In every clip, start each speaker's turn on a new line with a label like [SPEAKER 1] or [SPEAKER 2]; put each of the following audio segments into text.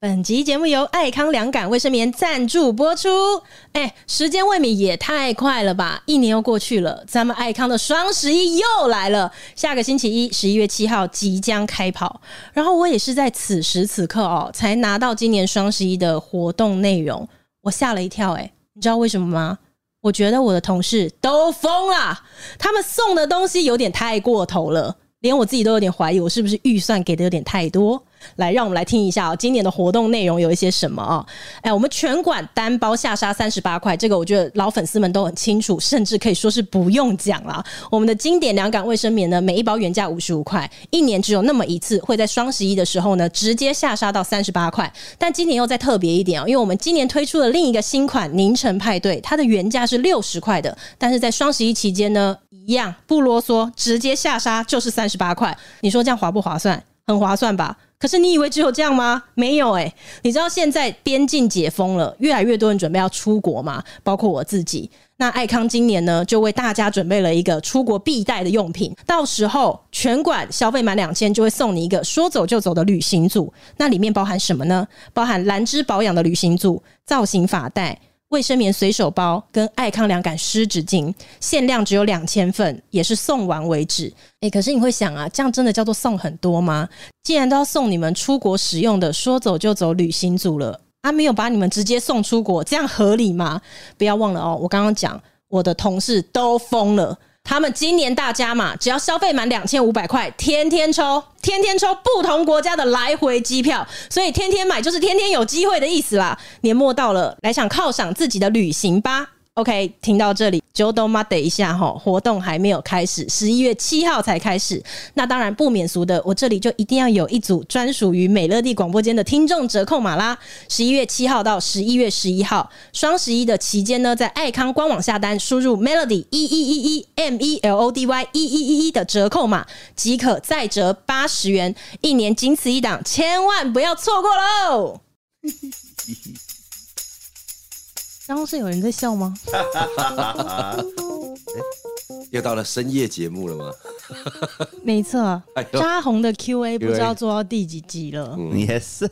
[SPEAKER 1] 本集节目由爱康良感卫生棉赞助播出。哎、时间未免也太快了吧！一年又过去了，咱们爱康的双十一又来了，下个星期一，十一月七号即将开跑。然后我也是在此时此刻哦，才拿到今年双十一的活动内容，我吓了一跳、哎，你知道为什么吗？我觉得我的同事都疯了，他们送的东西有点太过头了，连我自己都有点怀疑，我是不是预算给的有点太多？来，让我们来听一下哦，今年的活动内容有一些什么啊、哎，我们全馆单包下杀三十八块，这个我觉得老粉丝们都很清楚，甚至可以说是不用讲啦。我们的经典凉感卫生棉呢，每一包原价五十五块，一年只有那么一次，会在双十一的时候呢，直接下杀到三十八块。但今年又再特别一点哦，因为我们今年推出了另一个新款宁城派对，它的原价是六十块的，但是在双十一期间呢，一样不啰嗦，直接下杀就是三十八块。你说这样划不划算？很划算吧？可是你以为只有这样吗？没有诶、欸你知道现在边境解封了，越来越多人准备要出国嘛，包括我自己。那爱康今年呢，就为大家准备了一个出国必带的用品，到时候全馆消费满两千就会送你一个说走就走的旅行组。那里面包含什么呢？包含兰芝保养的旅行组、造型发带、卫生棉随手包跟爱康凉感湿纸巾，限量只有两千份，也是送完为止。诶、可是你会想啊，这样真的叫做送很多吗？既然都要送你们出国使用的，说走就走旅行组了，啊，没有把你们直接送出国，这样合理吗？不要忘了哦，我刚刚讲我的同事都疯了。他们今年大家嘛，只要消费满两千五百块，天天抽，天天抽不同国家的来回机票，所以天天买就是天天有机会的意思啦。年末到了，来想犒赏自己的旅行吧。OK，听到这里，就都妈等一下哈，活动还没有开始，十一月七号才开始。那当然不免俗的，我这里就一定要有一组专属于美乐蒂广播间的听众折扣码啦。十一月七号到十一月十一号，双十一的期间呢，在爱康官网下单，输入 Melody 一一一一 M E L O D Y 一一一一的折扣码，即可再折八十元，一年仅此一档，千万不要错过喽！刚刚是有人在笑吗？
[SPEAKER 2] 又到了深夜节目了吗？
[SPEAKER 1] 没错
[SPEAKER 2] 哎，呦
[SPEAKER 1] 扎红的 Q&A 不知道
[SPEAKER 2] Q&A
[SPEAKER 1] 做到第几集了。
[SPEAKER 2] 嗯
[SPEAKER 3] 你也是，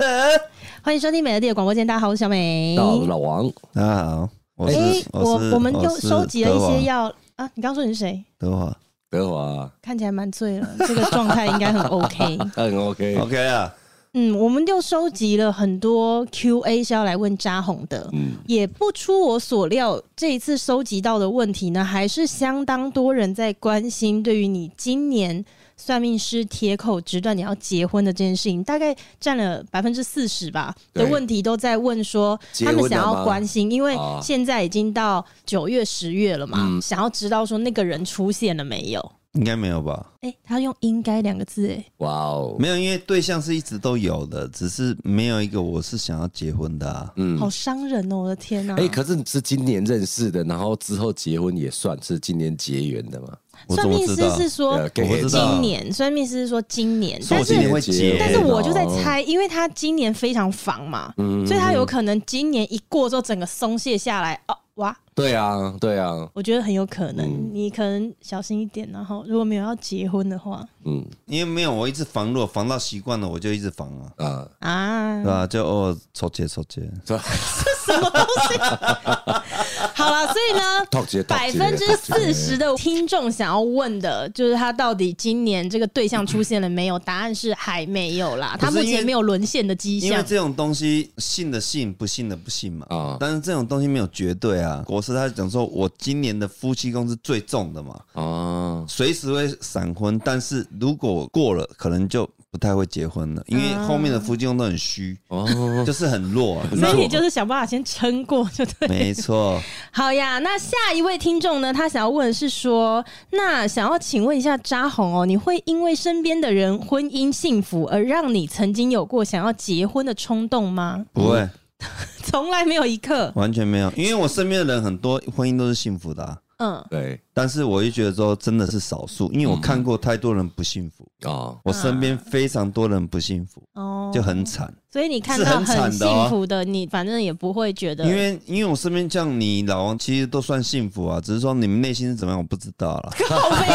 [SPEAKER 1] 欢迎收听美乐蒂的广播间，大家好，我是小美。
[SPEAKER 2] 到了老王，
[SPEAKER 3] 大家好，我是、
[SPEAKER 1] 诶哎我
[SPEAKER 3] 是
[SPEAKER 1] 我们又
[SPEAKER 3] 是
[SPEAKER 1] 收集了一些
[SPEAKER 3] 德
[SPEAKER 1] 要啊，你刚刚说你是谁？
[SPEAKER 3] 华德华
[SPEAKER 2] 德华，
[SPEAKER 1] 看起来蛮醉了，这个状态应该很 OK。
[SPEAKER 2] 他很 OK，
[SPEAKER 3] ，OK 啊，
[SPEAKER 1] 嗯，我们就收集了很多 Q&A 是要来问扎红的，
[SPEAKER 2] 嗯，
[SPEAKER 1] 也不出我所料，这一次收集到的问题呢，还是相当多人在关心对于你今年算命师铁口直断你要结婚的这件事情，大概占了百分之四十吧的
[SPEAKER 2] 对
[SPEAKER 1] 问题都在问说，
[SPEAKER 2] 结
[SPEAKER 1] 他
[SPEAKER 2] 婚了
[SPEAKER 1] 们想要
[SPEAKER 2] 吗
[SPEAKER 1] 关心，因为
[SPEAKER 2] 啊
[SPEAKER 1] 现在已经到九月、十月了嘛，
[SPEAKER 2] 嗯
[SPEAKER 1] 想要知道说那个人出现了没有。
[SPEAKER 3] 应该没有吧？
[SPEAKER 1] 哎、他用“应该”两个字、哎，
[SPEAKER 2] 哇哦，
[SPEAKER 3] 没有，因为对象是一直都有的，只是没有一个我是想要结婚的啊。
[SPEAKER 1] 好
[SPEAKER 2] 嗯，
[SPEAKER 1] 伤人哦！我的天呐、
[SPEAKER 2] 哎，可是你是今年认识的，然后之后结婚也算是今年结缘的嘛？
[SPEAKER 3] 我
[SPEAKER 1] 算
[SPEAKER 3] 怎么
[SPEAKER 1] 命
[SPEAKER 3] 知
[SPEAKER 1] 师
[SPEAKER 3] 道
[SPEAKER 1] 是说
[SPEAKER 2] 呃给
[SPEAKER 3] 我不知道
[SPEAKER 1] 今年，算命师是说今年，
[SPEAKER 3] 说
[SPEAKER 1] 但
[SPEAKER 3] 我今年
[SPEAKER 1] 是
[SPEAKER 3] 会结，
[SPEAKER 1] 但是我就在
[SPEAKER 2] 哦
[SPEAKER 1] 猜，因为他今年非常防嘛，
[SPEAKER 2] 嗯
[SPEAKER 1] 所以他有可能今年一过之后，整个松懈下来，哦哇，
[SPEAKER 2] 对啊，对啊，
[SPEAKER 1] 我觉得很有可能，
[SPEAKER 2] 嗯
[SPEAKER 1] 你可能小心一点，然后如果没有要结婚的话
[SPEAKER 2] 嗯
[SPEAKER 3] 因为没有我一直防，如果防到习惯了，我就一直防啊，
[SPEAKER 2] 啊，
[SPEAKER 1] 啊
[SPEAKER 3] 对，吧、就偶尔抽结抽结，
[SPEAKER 2] 是吧？
[SPEAKER 1] 什么东西？好了，所以 呢。
[SPEAKER 2] 套节
[SPEAKER 1] 百分之四十，的听众想要问的就是他到底今年这个对象出现了没有？答案是还没有啦，
[SPEAKER 3] 可
[SPEAKER 1] 他
[SPEAKER 3] 是
[SPEAKER 1] 目
[SPEAKER 3] 因为
[SPEAKER 1] 前没有沦陷的迹
[SPEAKER 3] 因为
[SPEAKER 1] 象。
[SPEAKER 3] 这种东西信的信，不信的不信嘛。
[SPEAKER 2] 啊
[SPEAKER 3] 但是这种东西没有绝对啊。国师他讲说，我今年的夫妻宫是最重的嘛，
[SPEAKER 2] 哦，
[SPEAKER 3] 随时会闪婚，但是如果过了，可能就不太会结婚了，因为后面的夫妻宫都很虚，
[SPEAKER 2] 哦，
[SPEAKER 3] 就是很弱、啊。
[SPEAKER 1] 所
[SPEAKER 3] 那
[SPEAKER 1] 以你就是想办法先撑过，就对。
[SPEAKER 3] 没错，
[SPEAKER 1] 好呀，那下一位听众呢？他想要问的是说，那想要请问一下扎红哦，你会因为身边的人婚姻幸福而让你曾经有过想要结婚的冲动吗？
[SPEAKER 3] 不会，
[SPEAKER 1] 从来没有一刻，
[SPEAKER 3] 完全没有，因为我身边的人很多婚姻都是幸福的、啊，
[SPEAKER 1] 嗯，
[SPEAKER 2] 对
[SPEAKER 3] 但是我就觉得说真的是少数，因为我看过太多人不幸福，
[SPEAKER 2] 哦，
[SPEAKER 3] 我身边非常多人不幸福，
[SPEAKER 1] 哦，
[SPEAKER 3] 就很惨。
[SPEAKER 1] 所以你看到
[SPEAKER 3] 是很
[SPEAKER 1] 很
[SPEAKER 3] 惨的哦
[SPEAKER 1] 幸福的，你反正也不会觉得，
[SPEAKER 3] 因为因为我身边像你老王，其实都算幸福啊，只是说你们内心是怎么样，我不知道了。
[SPEAKER 1] 靠背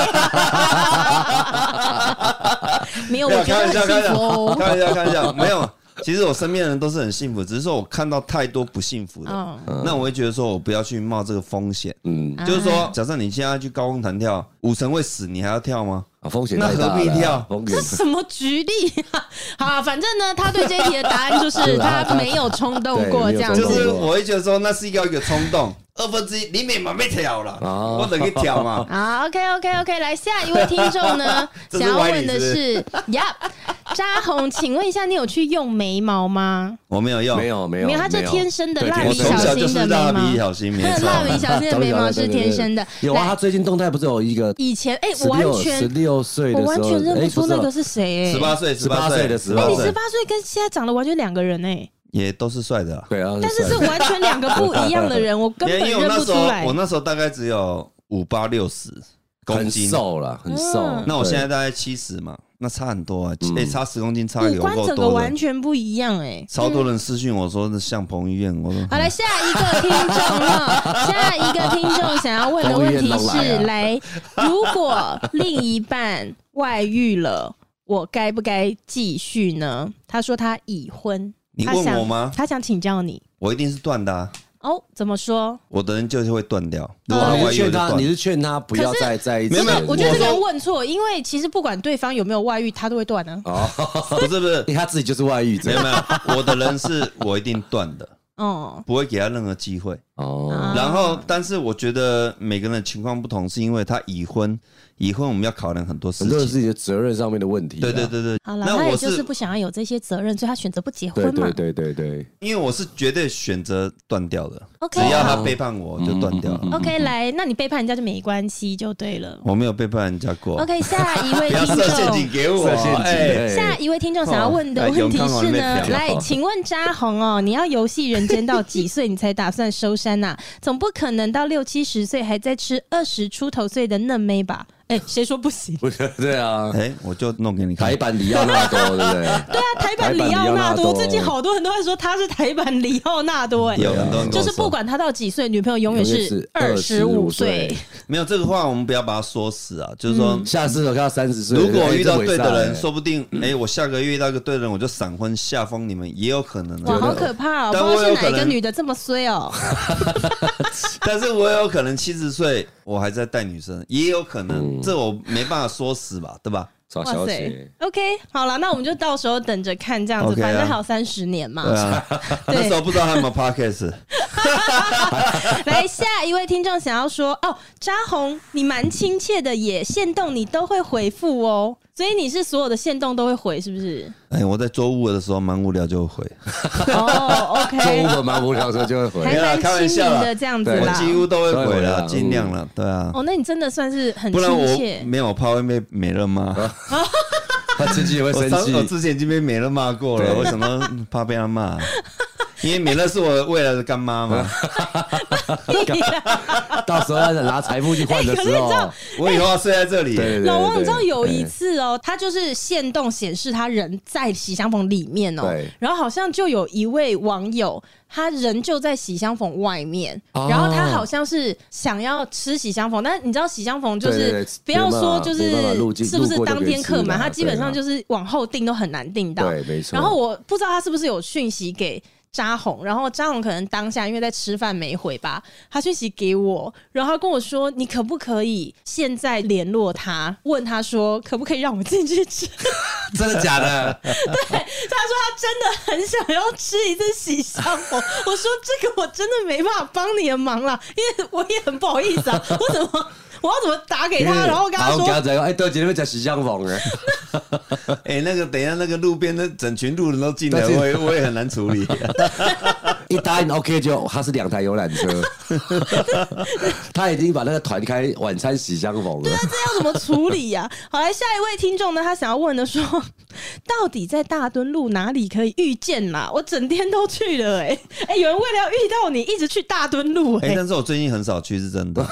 [SPEAKER 1] 没有，我觉得很幸福哦。哦
[SPEAKER 3] 啊开玩笑，开玩笑，没有。其实我身边的人都是很幸福，只是说我看到太多不幸福的，
[SPEAKER 1] 哦，
[SPEAKER 3] 那我会觉得说我不要去冒这个风险。
[SPEAKER 1] 啊
[SPEAKER 2] 嗯，
[SPEAKER 3] 就是说，假设你现在去高空弹跳，五成会死，你还要跳吗？
[SPEAKER 2] 啊风险
[SPEAKER 3] 那
[SPEAKER 2] 太大
[SPEAKER 3] 何必
[SPEAKER 2] 了
[SPEAKER 3] 跳
[SPEAKER 2] 风
[SPEAKER 1] 这
[SPEAKER 2] 险
[SPEAKER 1] 什么局例啊？好啊，反正呢，他对这一题的答案就是他没有冲动过
[SPEAKER 2] 对
[SPEAKER 1] 这样
[SPEAKER 2] 没
[SPEAKER 1] 子
[SPEAKER 2] 有冲
[SPEAKER 3] 就
[SPEAKER 2] 动
[SPEAKER 3] 是我会觉得说，那是一个一个冲动， 二分之一你免嘛没跳了，
[SPEAKER 2] 哦
[SPEAKER 3] 我等于跳嘛。
[SPEAKER 1] 啊，OK OK OK，来下一位听众呢，
[SPEAKER 3] 这
[SPEAKER 1] 想
[SPEAKER 3] 是
[SPEAKER 1] 要
[SPEAKER 3] 歪理
[SPEAKER 1] 问的
[SPEAKER 3] 是不
[SPEAKER 1] 是， 呀，扎红，请问一下，你有去用眉毛吗？
[SPEAKER 3] 我没有用，
[SPEAKER 2] 没有没有，
[SPEAKER 1] 有，它是天生的
[SPEAKER 2] 对
[SPEAKER 1] 蜡
[SPEAKER 3] 我
[SPEAKER 1] 笔
[SPEAKER 3] 从小
[SPEAKER 1] 小
[SPEAKER 3] 就
[SPEAKER 1] 新的
[SPEAKER 3] 是蜡笔
[SPEAKER 1] 眉毛，
[SPEAKER 3] 小新，没
[SPEAKER 1] 那
[SPEAKER 3] 错。
[SPEAKER 1] 蜡笔小新的眉毛是天生 的。
[SPEAKER 2] 有啊，
[SPEAKER 1] 来
[SPEAKER 2] 他最近动态不是有一个
[SPEAKER 1] 以前哎，
[SPEAKER 2] 十
[SPEAKER 1] 我完
[SPEAKER 2] 六十
[SPEAKER 1] 全
[SPEAKER 2] 六岁的
[SPEAKER 1] 我
[SPEAKER 2] 时候，
[SPEAKER 1] 完全认
[SPEAKER 2] 哎
[SPEAKER 1] 不出那
[SPEAKER 2] 是
[SPEAKER 1] 个
[SPEAKER 2] 哦
[SPEAKER 1] 是谁
[SPEAKER 3] 十
[SPEAKER 1] 哎。
[SPEAKER 3] 八岁，
[SPEAKER 2] 18岁的时候
[SPEAKER 1] 哎，
[SPEAKER 2] 18
[SPEAKER 1] 你
[SPEAKER 2] 岁
[SPEAKER 1] 十八岁跟现在长得完全两个人哎，
[SPEAKER 3] 也都是帅的啊。
[SPEAKER 2] 对啊，
[SPEAKER 1] 但是是
[SPEAKER 2] 帅的
[SPEAKER 1] 完全两个不一样的人，我根
[SPEAKER 3] 因
[SPEAKER 1] 本
[SPEAKER 3] 为我
[SPEAKER 1] 认
[SPEAKER 3] 那
[SPEAKER 1] 不
[SPEAKER 3] 时
[SPEAKER 1] 出
[SPEAKER 3] 候
[SPEAKER 1] 来
[SPEAKER 3] 我。那时候大概只有五八六十公
[SPEAKER 2] 很
[SPEAKER 3] 斤，
[SPEAKER 2] 瘦了，很瘦
[SPEAKER 1] 嗯。
[SPEAKER 3] 那我现在
[SPEAKER 2] 对
[SPEAKER 3] 大概七十嘛，那差很多啊，
[SPEAKER 2] 嗯
[SPEAKER 3] 哎，差十公斤差
[SPEAKER 1] 五
[SPEAKER 3] 有
[SPEAKER 1] 官
[SPEAKER 3] 够
[SPEAKER 1] 整个
[SPEAKER 3] 多
[SPEAKER 1] 完
[SPEAKER 3] 的，
[SPEAKER 1] 全不一样哎。
[SPEAKER 3] 超多人私讯我说是像彭于晏，我说
[SPEAKER 1] 好了，下一个听众了， 下一个听众想要问的问题
[SPEAKER 2] 终于
[SPEAKER 1] 是：
[SPEAKER 2] 也能
[SPEAKER 1] 来，如果另一半外遇了，我该不该继续呢？他说他已婚，
[SPEAKER 3] 你
[SPEAKER 1] 他
[SPEAKER 3] 问
[SPEAKER 1] 想
[SPEAKER 3] 我吗
[SPEAKER 1] 他想请教你
[SPEAKER 3] 我一定是断的啊，
[SPEAKER 1] 哦，怎么说？
[SPEAKER 3] 我的人就是会断
[SPEAKER 1] 啊
[SPEAKER 3] 掉。如
[SPEAKER 2] 我
[SPEAKER 3] 果他
[SPEAKER 2] 还
[SPEAKER 3] 怀
[SPEAKER 2] 是
[SPEAKER 3] 疑我就
[SPEAKER 2] 劝
[SPEAKER 3] 断
[SPEAKER 2] 他，呃你是劝他不要
[SPEAKER 1] 可是
[SPEAKER 2] 再在一起
[SPEAKER 3] 没
[SPEAKER 2] 了。
[SPEAKER 3] 有
[SPEAKER 1] 这哎个
[SPEAKER 3] 没有
[SPEAKER 1] 我觉得
[SPEAKER 3] 哎我
[SPEAKER 1] 这个人
[SPEAKER 3] 说
[SPEAKER 1] 问错，因为其实不管对方有没有外遇，他都会断呢、啊。
[SPEAKER 3] 不是不是
[SPEAKER 2] 哦因为他自己就是外遇者
[SPEAKER 3] 没有没有， 我的人是我一定断的，
[SPEAKER 1] 哦，
[SPEAKER 3] 不会给他任何机会。
[SPEAKER 1] 啊
[SPEAKER 2] 哦，
[SPEAKER 3] 嗯然后，但是我觉得每个人的情况不同，是因为他已婚，已婚我们要考量很多事
[SPEAKER 2] 很多是
[SPEAKER 3] 情。
[SPEAKER 2] 自己的责任上面的问题啊。
[SPEAKER 3] 对对对对，
[SPEAKER 1] 好了，
[SPEAKER 3] 那
[SPEAKER 1] 他也
[SPEAKER 3] 我
[SPEAKER 1] 就是
[SPEAKER 3] 是
[SPEAKER 1] 不想要有这些责任，所以他选择不结婚
[SPEAKER 2] 对
[SPEAKER 1] 嘛。
[SPEAKER 2] 对对对对，
[SPEAKER 3] 因为我是绝对选择断掉的，只
[SPEAKER 1] OK
[SPEAKER 3] 要他背叛我就断掉
[SPEAKER 2] 嗯
[SPEAKER 3] 了。
[SPEAKER 1] OK，来，那你背叛人家就没关系，就对了。
[SPEAKER 3] 我没有背叛人家过，
[SPEAKER 1] OK，下一位
[SPEAKER 3] 不
[SPEAKER 1] 听
[SPEAKER 3] 要设陷
[SPEAKER 1] 众
[SPEAKER 3] 阱。给我，
[SPEAKER 2] 设陷阱
[SPEAKER 3] 哎
[SPEAKER 2] 哎
[SPEAKER 1] 下一位听众想要问的问题是呢，
[SPEAKER 3] 哦哎永康往那边
[SPEAKER 1] 来
[SPEAKER 2] 跳，
[SPEAKER 1] 请问扎红哦，你要游戏人间到几岁你才打算收山呐、 总不可能到六七十岁还在吃二十出头岁的嫩妹吧？哎、谁说不行？
[SPEAKER 2] 不是对啊，
[SPEAKER 3] 哎，我就弄给你看
[SPEAKER 2] 台。版里奥纳多，对不对？
[SPEAKER 1] 对啊，台版里奥纳多，最近好多人都在说他是台版里奥纳多、哎，
[SPEAKER 3] 有很多人跟
[SPEAKER 1] 就
[SPEAKER 3] 我
[SPEAKER 1] 是不
[SPEAKER 3] 说，
[SPEAKER 1] 管他到几岁，女朋友永远
[SPEAKER 2] 永远
[SPEAKER 1] 是
[SPEAKER 2] 是
[SPEAKER 1] 二十五
[SPEAKER 2] 25
[SPEAKER 1] 岁
[SPEAKER 2] 岁。
[SPEAKER 3] 没有这个话，我们不要把它说死啊。就是
[SPEAKER 1] 嗯
[SPEAKER 3] 说，
[SPEAKER 2] 下次我看到三十岁，哎
[SPEAKER 3] 如果我遇到对的人，
[SPEAKER 2] 说
[SPEAKER 3] 说不定哎，我下个月遇到一个对的人，我就闪婚下风，你们也有可能
[SPEAKER 1] 哇，
[SPEAKER 3] 啊。
[SPEAKER 1] 好可怕哦！不
[SPEAKER 3] 但
[SPEAKER 1] 知道
[SPEAKER 3] 我有
[SPEAKER 1] 是哪
[SPEAKER 3] 可
[SPEAKER 1] 一个
[SPEAKER 3] 能
[SPEAKER 1] 女的这么衰哦。
[SPEAKER 3] 但是我有可能七十岁我还在带女生，也有可
[SPEAKER 2] 嗯
[SPEAKER 3] 能，这我没办法说死吧，对吧？
[SPEAKER 2] 耍
[SPEAKER 1] 哇
[SPEAKER 2] 小
[SPEAKER 1] 塞
[SPEAKER 2] 姐，
[SPEAKER 1] ，OK，好了，那我们就到时候等着看这样子
[SPEAKER 3] OK 啊
[SPEAKER 1] 反正还有三十年嘛。
[SPEAKER 3] 对啊，那时候不知道他有没有 podcast，
[SPEAKER 1] 来，下一位听众想要说哦，扎红，你蛮亲切的耶，线动你都会回复哦，所以你是所有的线动都会回，是不 是？
[SPEAKER 3] 哎，我在做 Uber 的时候蛮无聊就会，
[SPEAKER 1] 哦
[SPEAKER 2] 做乌
[SPEAKER 1] ，OK，
[SPEAKER 2] 本蛮无聊的时候就会回
[SPEAKER 1] 还
[SPEAKER 2] 来。
[SPEAKER 3] 没有啦
[SPEAKER 1] 蛮
[SPEAKER 3] 开玩
[SPEAKER 1] 亲
[SPEAKER 3] 笑
[SPEAKER 1] 民
[SPEAKER 3] 啦
[SPEAKER 1] 的这样子
[SPEAKER 2] 对
[SPEAKER 3] 我
[SPEAKER 1] 啦。
[SPEAKER 3] 几乎都会回
[SPEAKER 2] 都会回
[SPEAKER 3] 了，
[SPEAKER 2] 啦
[SPEAKER 3] 尽量了，对啊，
[SPEAKER 1] 哦，那你真的算是很
[SPEAKER 3] 不然
[SPEAKER 1] 亲
[SPEAKER 3] 我
[SPEAKER 1] 切。
[SPEAKER 3] 没有我怕会被美乐骂，
[SPEAKER 2] 他自己也会
[SPEAKER 3] 我
[SPEAKER 2] 生
[SPEAKER 3] 上我
[SPEAKER 2] 气。
[SPEAKER 3] 之前已经被美乐骂过了，
[SPEAKER 2] 对
[SPEAKER 3] 为什么嗯怕被他 骂？因为美乐是我未来的干妈 嘛，
[SPEAKER 2] 到时候他拿财富去换
[SPEAKER 1] 哎
[SPEAKER 2] 的时候，
[SPEAKER 3] 我以后要睡在这里。
[SPEAKER 2] 对对对对对
[SPEAKER 1] 老王，你知道有一次哦，他就是限动显示他人在喜相逢里面哦
[SPEAKER 2] 对，
[SPEAKER 1] 然后好像就有一位网友，他人就在喜相逢外面，
[SPEAKER 2] 哦
[SPEAKER 1] 然后他好像是想要吃喜相逢，但是你知道喜相逢就
[SPEAKER 2] 对
[SPEAKER 1] 是
[SPEAKER 2] 对对
[SPEAKER 1] 不要说就
[SPEAKER 2] 没办法没办法路
[SPEAKER 1] 是
[SPEAKER 2] 径
[SPEAKER 1] 是不是
[SPEAKER 2] 路过就
[SPEAKER 1] 当
[SPEAKER 2] 可以
[SPEAKER 1] 天客
[SPEAKER 2] 吃
[SPEAKER 1] 满，
[SPEAKER 2] 啦
[SPEAKER 1] 他基本上
[SPEAKER 2] 对啊
[SPEAKER 1] 就是往后订都很难订到，
[SPEAKER 2] 对，没
[SPEAKER 1] 啊
[SPEAKER 2] 错。
[SPEAKER 1] 然后我不知道他是不是有讯息给扎红，然后扎红可能当下因为在吃饭没回吧，他讯息给我，然后他跟我说你可不可以现在联络他，问他说可不可以让我进去吃？
[SPEAKER 2] 真的假的？
[SPEAKER 1] 他说他真的很想要吃一次喜相逢。我说这个我真的没办法帮你的忙啦，因为我也很不好意思啊，我怎么我要怎么打给他，然后跟他
[SPEAKER 2] 然后
[SPEAKER 1] 说
[SPEAKER 2] 跟他讲，哎，豆姐那边讲喜相逢哎，
[SPEAKER 3] 哎，那个等一下那个路边的整群路人都进来，
[SPEAKER 2] 都进来
[SPEAKER 3] 我也我也很难 处理。
[SPEAKER 2] 一答应 OK 就他是两台游览车， 他已经把那个团开晚餐喜相逢了。
[SPEAKER 1] 这要怎么处理呀、 好来，下一位听众呢，他想要问的说， 到底在大墩路哪里可以遇见啦？我整天都去了、欸， 哎、有人为了要遇到你，一直去大墩路、
[SPEAKER 3] 哎，
[SPEAKER 1] 哎、
[SPEAKER 3] 但是我最近很少去，是真的。